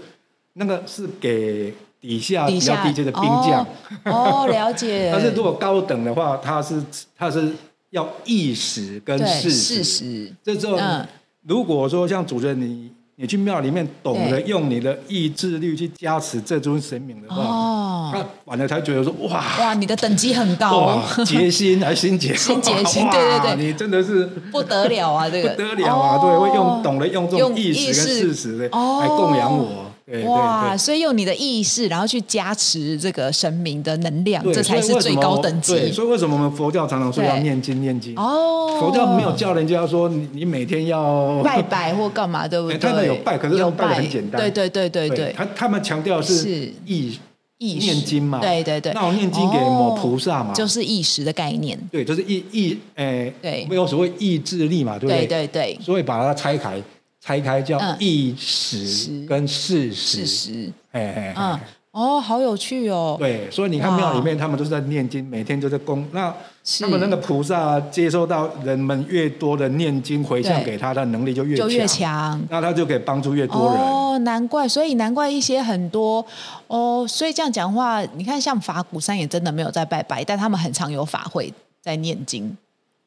Speaker 2: 那个是给底下
Speaker 1: 底
Speaker 2: 啊比较
Speaker 1: 下
Speaker 2: 低阶的兵将，
Speaker 1: 哦，哦了 解。
Speaker 2: 但是如果高等的话，它是它是要意识跟
Speaker 1: 对
Speaker 2: 事
Speaker 1: 事
Speaker 2: 实。
Speaker 1: 实，
Speaker 2: 这时候你，
Speaker 1: 嗯
Speaker 2: 如果说像主持人你你去庙里面懂得
Speaker 1: 对
Speaker 2: 用你的意志力去加持这尊神明的话，
Speaker 1: 哦，
Speaker 2: 他反而才觉得说哇
Speaker 1: 哇，你的等级很高哦，
Speaker 2: 哇结心还心结
Speaker 1: 心结心
Speaker 2: 哇
Speaker 1: 对对对
Speaker 2: 你真的是
Speaker 1: 不得了啊，这
Speaker 2: 不
Speaker 1: 个哦
Speaker 2: 得了啊！对，会用懂得用这种
Speaker 1: 用
Speaker 2: 意识
Speaker 1: 意识
Speaker 2: 跟事实的
Speaker 1: 哦
Speaker 2: 来供养我，对对
Speaker 1: 哇，
Speaker 2: 对。
Speaker 1: 所以用你的意识，然后去加持这个神明的能量，
Speaker 2: 对
Speaker 1: 这才是
Speaker 2: 所以为
Speaker 1: 最
Speaker 2: 什么
Speaker 1: 高等
Speaker 2: 对，
Speaker 1: 级
Speaker 2: 所以为什么我们佛教常常说要
Speaker 1: 对
Speaker 2: 念经念经？
Speaker 1: 哦。
Speaker 2: 佛教没有叫人家说你你每天要
Speaker 1: 拜拜或干 嘛，对不对？
Speaker 2: 哎他们有拜可是
Speaker 1: 有
Speaker 2: 他们拜得很简单
Speaker 1: 对对对对对，
Speaker 2: 他他们强调的是
Speaker 1: 是
Speaker 2: 意
Speaker 1: 意识
Speaker 2: 念经嘛，
Speaker 1: 对对对，
Speaker 2: 那我念经给某
Speaker 1: 哦
Speaker 2: 菩萨嘛，
Speaker 1: 就是意识的概念，
Speaker 2: 对，就是意意诶，
Speaker 1: 对
Speaker 2: 没有所谓意志力嘛，对不
Speaker 1: 对对
Speaker 2: 对？
Speaker 1: 对，
Speaker 2: 所以把它拆开，拆开叫
Speaker 1: 嗯
Speaker 2: 意
Speaker 1: 识
Speaker 2: 识跟事
Speaker 1: 事
Speaker 2: 实，
Speaker 1: 实，
Speaker 2: 哎哎，
Speaker 1: 嗯
Speaker 2: 哎，
Speaker 1: 哦，好有趣哦，
Speaker 2: 对，所以你看
Speaker 1: 哇
Speaker 2: 庙里面他们都是在念经，每天都在供。那
Speaker 1: 是
Speaker 2: 他们那个菩萨接受到人们越多的念经回向
Speaker 1: 对
Speaker 2: 给他，他能力就越
Speaker 1: 就
Speaker 2: 强，
Speaker 1: 越强，
Speaker 2: 那他就可以帮助越多人。
Speaker 1: 哦，难怪，所以难怪一些很多哦，所以这样讲话，你看像法鼓山也真的没有在拜拜，但他们很常有法会在念经，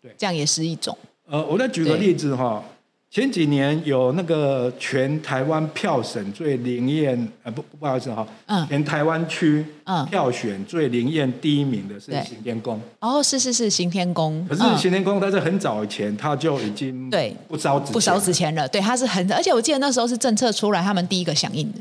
Speaker 2: 对
Speaker 1: 这样也是一种
Speaker 2: 呃，我再举个
Speaker 1: 对
Speaker 2: 例子哈，前几年有那个全台湾票选最灵验，呃，不不好意思哈，
Speaker 1: 嗯
Speaker 2: 全台湾区
Speaker 1: 嗯
Speaker 2: 票选最灵验第一名的是
Speaker 1: 对
Speaker 2: 行天宫，
Speaker 1: 哦，是是是，行天宫，
Speaker 2: 可是
Speaker 1: 嗯
Speaker 2: 行天宫它是很早以前他就已经
Speaker 1: 对
Speaker 2: 不烧纸
Speaker 1: 不烧纸
Speaker 2: 钱
Speaker 1: 钱了，对，他是很，而且我记得那时候是政策出来，他们第一个响应的，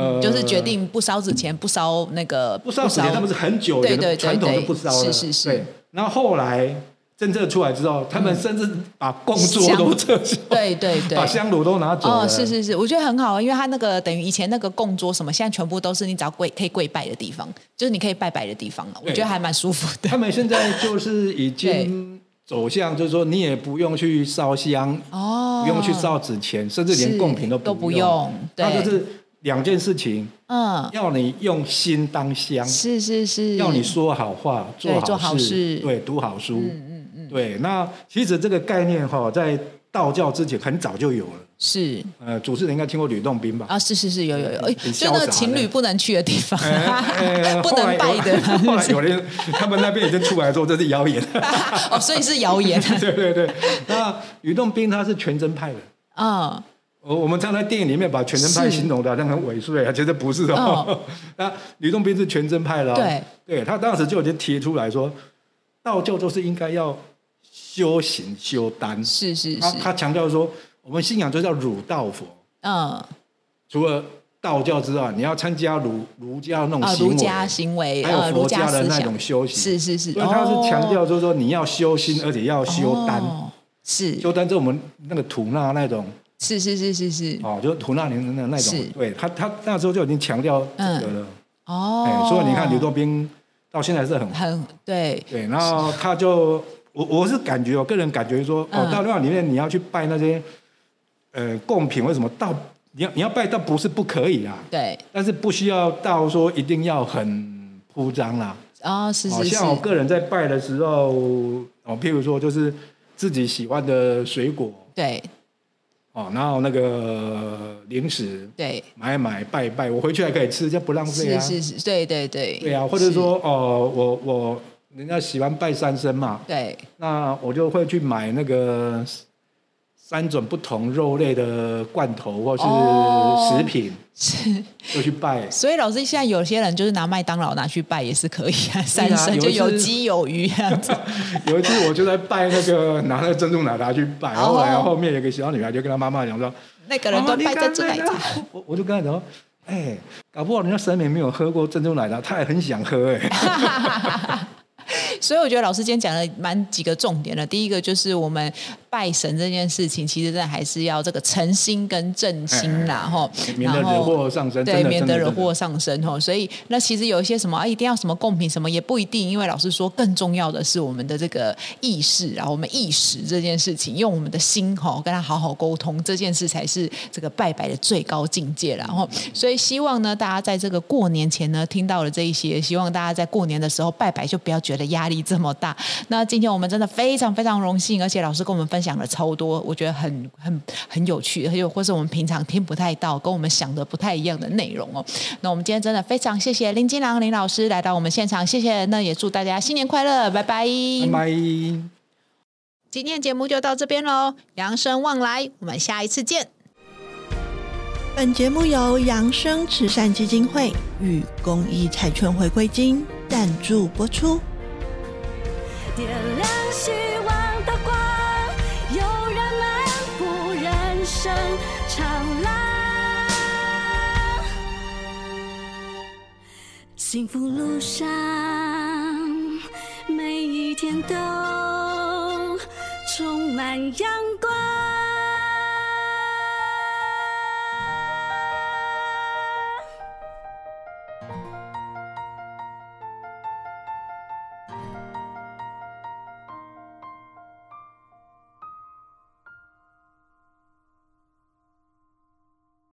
Speaker 2: 了，呃
Speaker 1: 就是决定不烧纸钱，不烧那个
Speaker 2: 不烧纸钱，他们是很久以
Speaker 1: 对
Speaker 2: 前
Speaker 1: 对对
Speaker 2: 的传统就不烧了，
Speaker 1: 对是是是
Speaker 2: 对。然后后来政策出来之后，他们甚至把供桌都撤销，
Speaker 1: 对对对
Speaker 2: 把。香炉都拿走了，
Speaker 1: 哦，是是是，我觉得很好，因为他那个等于以前那个供桌什么，现在全部都是你只要跪可以跪拜的地方，就是你可以拜拜的地方了。我
Speaker 2: 对
Speaker 1: 觉得还蛮舒服的。
Speaker 2: 他们现在就是已经走向，就是说你也不用去烧香，
Speaker 1: 哦，
Speaker 2: 不用去，烧纸钱，甚至连
Speaker 1: 是
Speaker 2: 贡品都
Speaker 1: 都不
Speaker 2: 用
Speaker 1: 用。
Speaker 2: 那
Speaker 1: 对
Speaker 2: 就是两件事情，
Speaker 1: 嗯，
Speaker 2: 要你用心当香，
Speaker 1: 是是是，
Speaker 2: 要你说好话，
Speaker 1: 对
Speaker 2: 做
Speaker 1: 做
Speaker 2: 好
Speaker 1: 好事
Speaker 2: 对，读好书。
Speaker 1: 嗯嗯嗯，
Speaker 2: 对，那其实这个概念哈、在道教之前很早就有了。
Speaker 1: 是
Speaker 2: 呃，主持人应该听过吕洞宾吧？
Speaker 1: 啊，是是是，有有有，哎就那
Speaker 2: 很潇
Speaker 1: 个
Speaker 2: 洒
Speaker 1: 情侣
Speaker 2: 的
Speaker 1: 不能去的地方
Speaker 2: 呃，
Speaker 1: 啊 不能拜的啦，
Speaker 2: 后来有后来有人，他们那边已经出来说这是谣言。
Speaker 1: 哦，所以是谣言。
Speaker 2: 对对对，那吕洞宾他是全真派的。
Speaker 1: 嗯，
Speaker 2: 我我们常在电影里面把全真派
Speaker 1: 是
Speaker 2: 形容的好像很伪碎啊，其实不是哦。 那吕洞宾是全真派的、哦，
Speaker 1: 对，
Speaker 2: 他当时就已经提出来说，道教就是应该要修行修丹。
Speaker 1: 是是
Speaker 2: 他
Speaker 1: 是，
Speaker 2: 他强调说，我们信仰就叫儒道佛，
Speaker 1: 嗯，
Speaker 2: 除了道教之外，你要参加儒儒家那种
Speaker 1: 啊，
Speaker 2: 行
Speaker 1: 儒
Speaker 2: 为，
Speaker 1: 家行为，
Speaker 2: 还有
Speaker 1: 呃，儒
Speaker 2: 佛
Speaker 1: 家
Speaker 2: 家的
Speaker 1: 思
Speaker 2: 那
Speaker 1: 想
Speaker 2: 种，修行。
Speaker 1: 是是是，
Speaker 2: 所以他是强
Speaker 1: 哦
Speaker 2: 调就是说，你要修心，而且要修丹。
Speaker 1: 哦是
Speaker 2: 修丹就是我们那个吐纳那种
Speaker 1: 是是是是是，
Speaker 2: 哦，就是吐纳人的那种
Speaker 1: 是，
Speaker 2: 对他，他那时候就已经强调这个了。哎、
Speaker 1: 哦，
Speaker 2: 所以你看刘洞宾到现在是很
Speaker 1: 很对，
Speaker 2: 对，然后他就我我是感觉，我个人感觉说，
Speaker 1: 嗯
Speaker 2: 哦，到庙里面你要去拜那些呃贡品，为什么到你要你要拜到不是不可以啦，
Speaker 1: 对，
Speaker 2: 但是不需要到说一定要很铺张啦。
Speaker 1: 哦，是
Speaker 2: 好、
Speaker 1: 是是
Speaker 2: 像，我个人在拜的时候，哦，譬如说就是自己喜欢的水果
Speaker 1: 对
Speaker 2: 哦，然后那个零食
Speaker 1: 对，
Speaker 2: 买一买拜一拜，我回去还可以吃，这样不浪费
Speaker 1: 是
Speaker 2: 啊。
Speaker 1: 是是，对对对，
Speaker 2: 对啊，或者
Speaker 1: 是
Speaker 2: 说哦，我我人家喜欢拜三牲嘛，
Speaker 1: 对
Speaker 2: 那我就会去买那个三种不同肉类的罐头或
Speaker 1: 哦
Speaker 2: 是食品，
Speaker 1: 是，
Speaker 2: 就去拜。
Speaker 1: 所以老师现在有些人就是拿麦当劳拿去拜也是可以啊， 三
Speaker 2: 有一
Speaker 1: 生就有
Speaker 2: 次
Speaker 1: 鸡有鱼这 样子，
Speaker 2: 有一次我就在拜那个拿那个珍珠奶茶去拜，
Speaker 1: 哦
Speaker 2: 后来后面有个小女孩就跟她妈妈讲说，
Speaker 1: 那个人都
Speaker 2: 妈妈哦你
Speaker 1: 拜珍
Speaker 2: 看
Speaker 1: 珠
Speaker 2: 那
Speaker 1: 奶
Speaker 2: 个
Speaker 1: 茶，
Speaker 2: 我我就跟她讲说，哎、搞不好人家神明没有喝过珍珠奶茶，她也很想喝哎、
Speaker 1: 所以我觉得老师今天讲了蛮几个重点的。第一个就是我们拜神这件事情，其实真的还是要这个诚心跟正心啦，吼，
Speaker 2: 哎免得
Speaker 1: 然
Speaker 2: 惹
Speaker 1: 后
Speaker 2: 祸上身，
Speaker 1: 对，
Speaker 2: 真的
Speaker 1: 免得惹。
Speaker 2: 真的真的
Speaker 1: 祸上身吼。所以那其实有一些什么啊，一定要什么贡品什么也不一定，因为老师说更重要的是我们的这个意识，然后我们意识这件事情，用我们的心吼跟他好好沟通，这件事才是这个拜拜的最高境界啦。然后，所以希望呢，大家在这个过年前呢听到了这一些，希望大家在过年的时候拜拜就不要觉得压力这么大。那今天我们真的非常非常荣幸，而且老师跟我们分享了超多，我觉得很很很有趣，还有或是我们平常听不太到，跟我们想的不太一样的内容哦。那我们今天真的非常谢谢林金郎林老师来到我们现场，谢谢，那也祝大家新年快乐，拜拜。
Speaker 2: 拜拜。
Speaker 1: 今天节目就到这边喽，扬声望来，我们下一次见。
Speaker 3: 本节目由扬生慈善基金会与公益彩券回馈金赞助播出。
Speaker 4: 点亮希望的光，有人漫步人生长廊，幸福路上每一天都充满阳光。